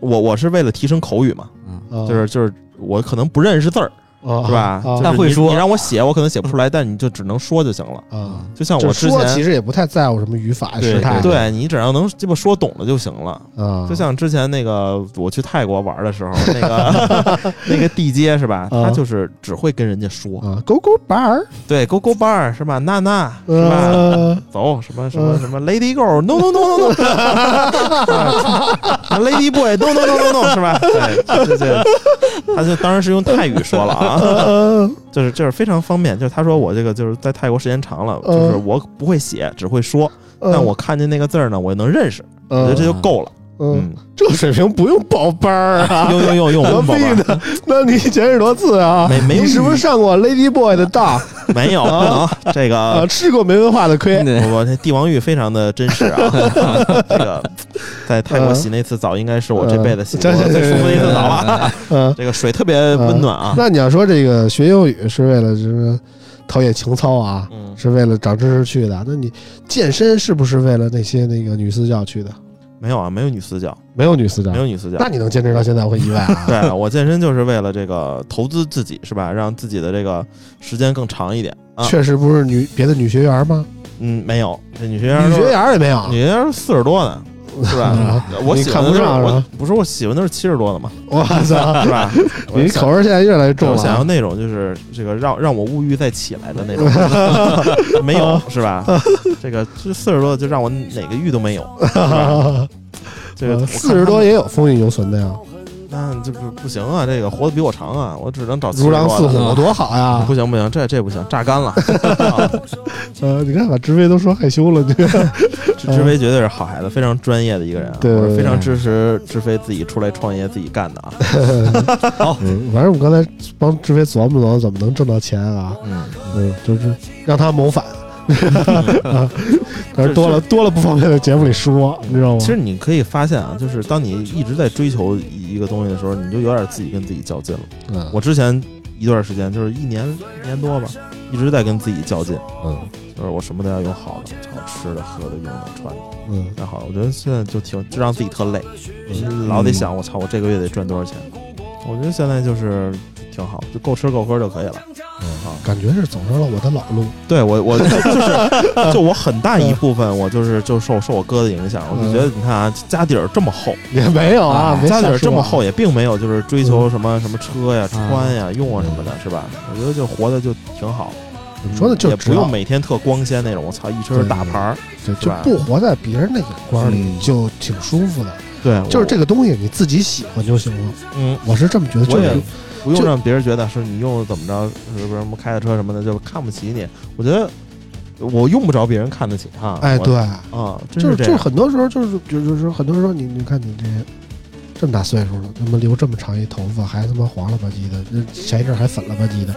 我我是为了提升口 *laughs* 语嘛，嗯，就就是就是我可能不认识字儿，是是吧？就啊是啊但会你说你让我写，我可能写不出来，但你就只能说就行了。啊，就像就我之说前其实也不太在乎什么语法对时态，对你只要能鸡巴说懂了就行了。啊，就像之前那个我去泰国玩的时候，*laughs* 那个那个地接是吧？啊他就是只会跟人家说，啊，Go Go Bar 对，go go bar 是吧？娜娜是吧？呃，走什么什么嗯什么 lady go，no no *laughs* no no no，lady boy，no no no no no *laughs* 是吧？对，这这，他就当然是用泰语说了 *laughs* 啊，呃就是就是非常方便。就是他说我这个就是在泰国时间长了，嗯就是我不会写，只会说，但我看 *laughs* 见那个字儿呢，我就能认识，我觉得呃这就够了。嗯，嗯，这水平不用报班儿 *laughs* 啊，用用用用，何我们宝贝必儿呢？那你以前是多次啊？没没啊有你是不是上过 Lady Boy 的 *laughs* 当 *laughs* 没有，不能这啊？个吃过没文化的亏？嗯对，我这帝王玉非常的真实 *laughs* 啊。这个在泰国洗那次澡，应该是我这辈子洗过嗯对对最对舒服的一次对澡了。嗯，这个水特别温暖啊。那你要说这个学英语是为了什么陶冶情操啊？嗯，是为了长知识去的？那你健身是不是为了那些那个女私教去的？没有啊，没有女私教，没有女私教没，有女私教嗯那。你能坚持到现在，我很意外啊。对啊，我健身就是为了这个投资自己，是吧？让自己的这个时间更长一点 *laughs* 啊。确实不是女别的女学员吗？嗯，没有，这女学员女都是学员也没有，啊女学员四十多呢，是吧？我嗯你喜欢看不的就是上是我吧？，不是我喜欢的是七十多的嘛，我操！*laughs* 是吧？ *laughs* 我你想口味现在越来越重我了想要啊。那种就是这个让让我物欲再起来的那种， *laughs* 没啊有是吧？这个这四十多就让我哪个欲都没有，是吧 *laughs* 这个我看呃啊四十多也有风韵犹存的呀，那这不不行啊，这个活得比我长啊，我只能找如狼似40多虎，啊多好的。呀不！行不行，这这不行，榨干了。啊呃，你看把职位都说害羞了， *laughs* 你 *laughs* 志志飞绝对是好孩子，非常专业的一个人啊，嗯对对我是对非常支持志飞自己出来创业自己干的啊。嗯反正我们刚才帮志飞琢磨琢磨怎么能挣到钱啊，嗯，嗯，就是让他谋 *laughs* 反。啊，但是多了多了不方便在节目里说，你知道吗？其实你可以发现啊，就是当你一直在追求一个东西的时候，你就有点自己跟自己较劲了。嗯，我之前一段时间就是一年一年多吧，一直在跟自己较劲，嗯就是我什么都要用好的，好吃的、喝的、用的、穿的，嗯然后我觉得现在就挺就让自己特累，老得想我操，我这个月得赚多少钱？嗯我觉得现在就是挺好，就够吃够喝就可以了。感觉是走上了我的老路。对我，我就是就我很大一部分，我就是就受受我哥的影响，我就觉得你看啊，家底儿这么厚，也没有啊，啊没家底瞎儿说这么啊嗯厚，也并没有就是追求什么什么车呀、嗯穿呀、用啊什么的，是吧？我觉得就活的就挺好。你嗯说的就也只不要用每天特光鲜那种，我操，一身大牌儿。对，是就吧不活在别人的眼光里，嗯就挺舒服的。对，就是这个，个东西你自己喜欢就行了，嗯，我是这么觉得。就我也是不用就让别人觉得是你用的怎么着，是不是什么开的车什么的就看不起你？我觉得我用不着别人看得起哈。哎，我对，啊，真就是这就是样。很多时候就是就是就是很多时候你你看你这这么大岁数了，他妈留这么长一头发，还他妈黄了吧唧的，那前一阵还粉了吧唧的，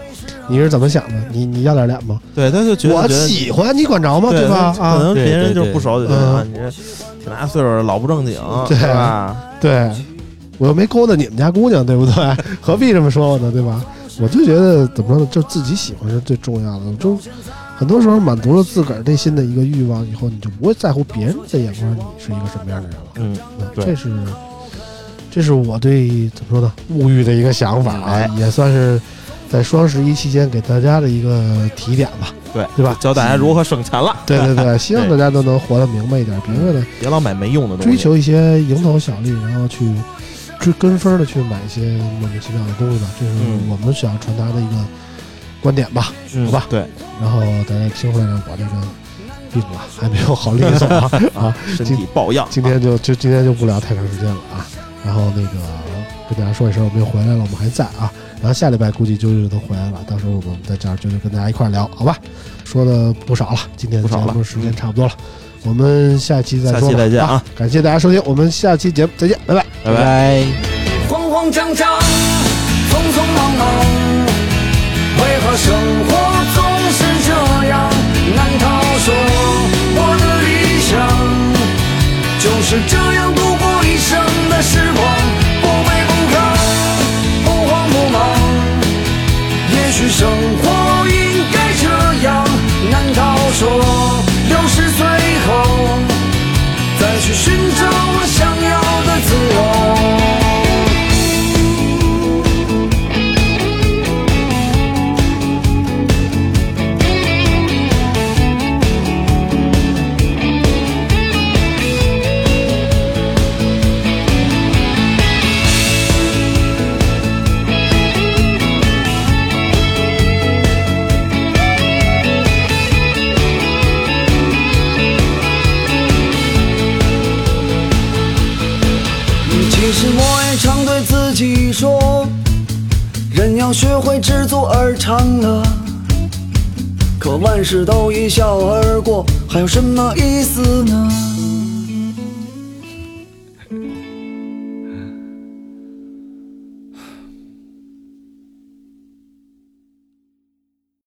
你是怎么想的？你你要点脸吗？对，他就觉得我觉得喜欢你管着吗？对吧？他可啊，能别人就是不熟就觉得嗯啊，你这挺大岁数了，老不正经，对啊是吧？对，我又没勾搭你们家姑娘，对不 *laughs* 对？何必这么说我呢？对吧？我就觉得怎么说呢，就自己喜欢是最重要的。就很多时候满足了自个儿内心的一个欲望以后，你就不会在乎别人的眼光，你是一个什么样的人了。嗯，嗯对这是这是我对怎么说呢物欲的一个想法啊哎，也算是在双十一期间给大家的一个提点吧，对对吧？嗯教大家如何哎省钱了，对对对，希望大家都能活得明白一点，嗯别为了别老买没用的东西。追求一些蝇头小利，然后去追跟风的去买一些莫名其妙的东西吧，这是嗯我们想要传达的一个观点吧。嗯，好吧对，然后大家听出来了，我这个病啊还没有好利索啊啊，身体抱恙。今天就就今天就不聊太长时间了啊。然后那个跟大家说一声，我们又回来了，我们还在啊。然后下礼拜估计啾啾都回来了，到时候我们在这儿就是跟大家一块儿聊，好吧？说的不少了，今天的不节少了嗯目时间差不多了，我们下期再下说期吧再见啊啊！感谢大家收听，我们下期节目再见，拜拜。拜拜。拜。慌慌张张，匆匆忙忙，为何生活总是这样？难道说我的理想是这样度过一生的时光，不卑不亢，不慌不忙。也许生活应该这样，难道说六十岁后再去寻找我想要的自我？其实我也常对自己说，人要学会知足而常啊乐。可万事都一笑而过，还有什么意思呢？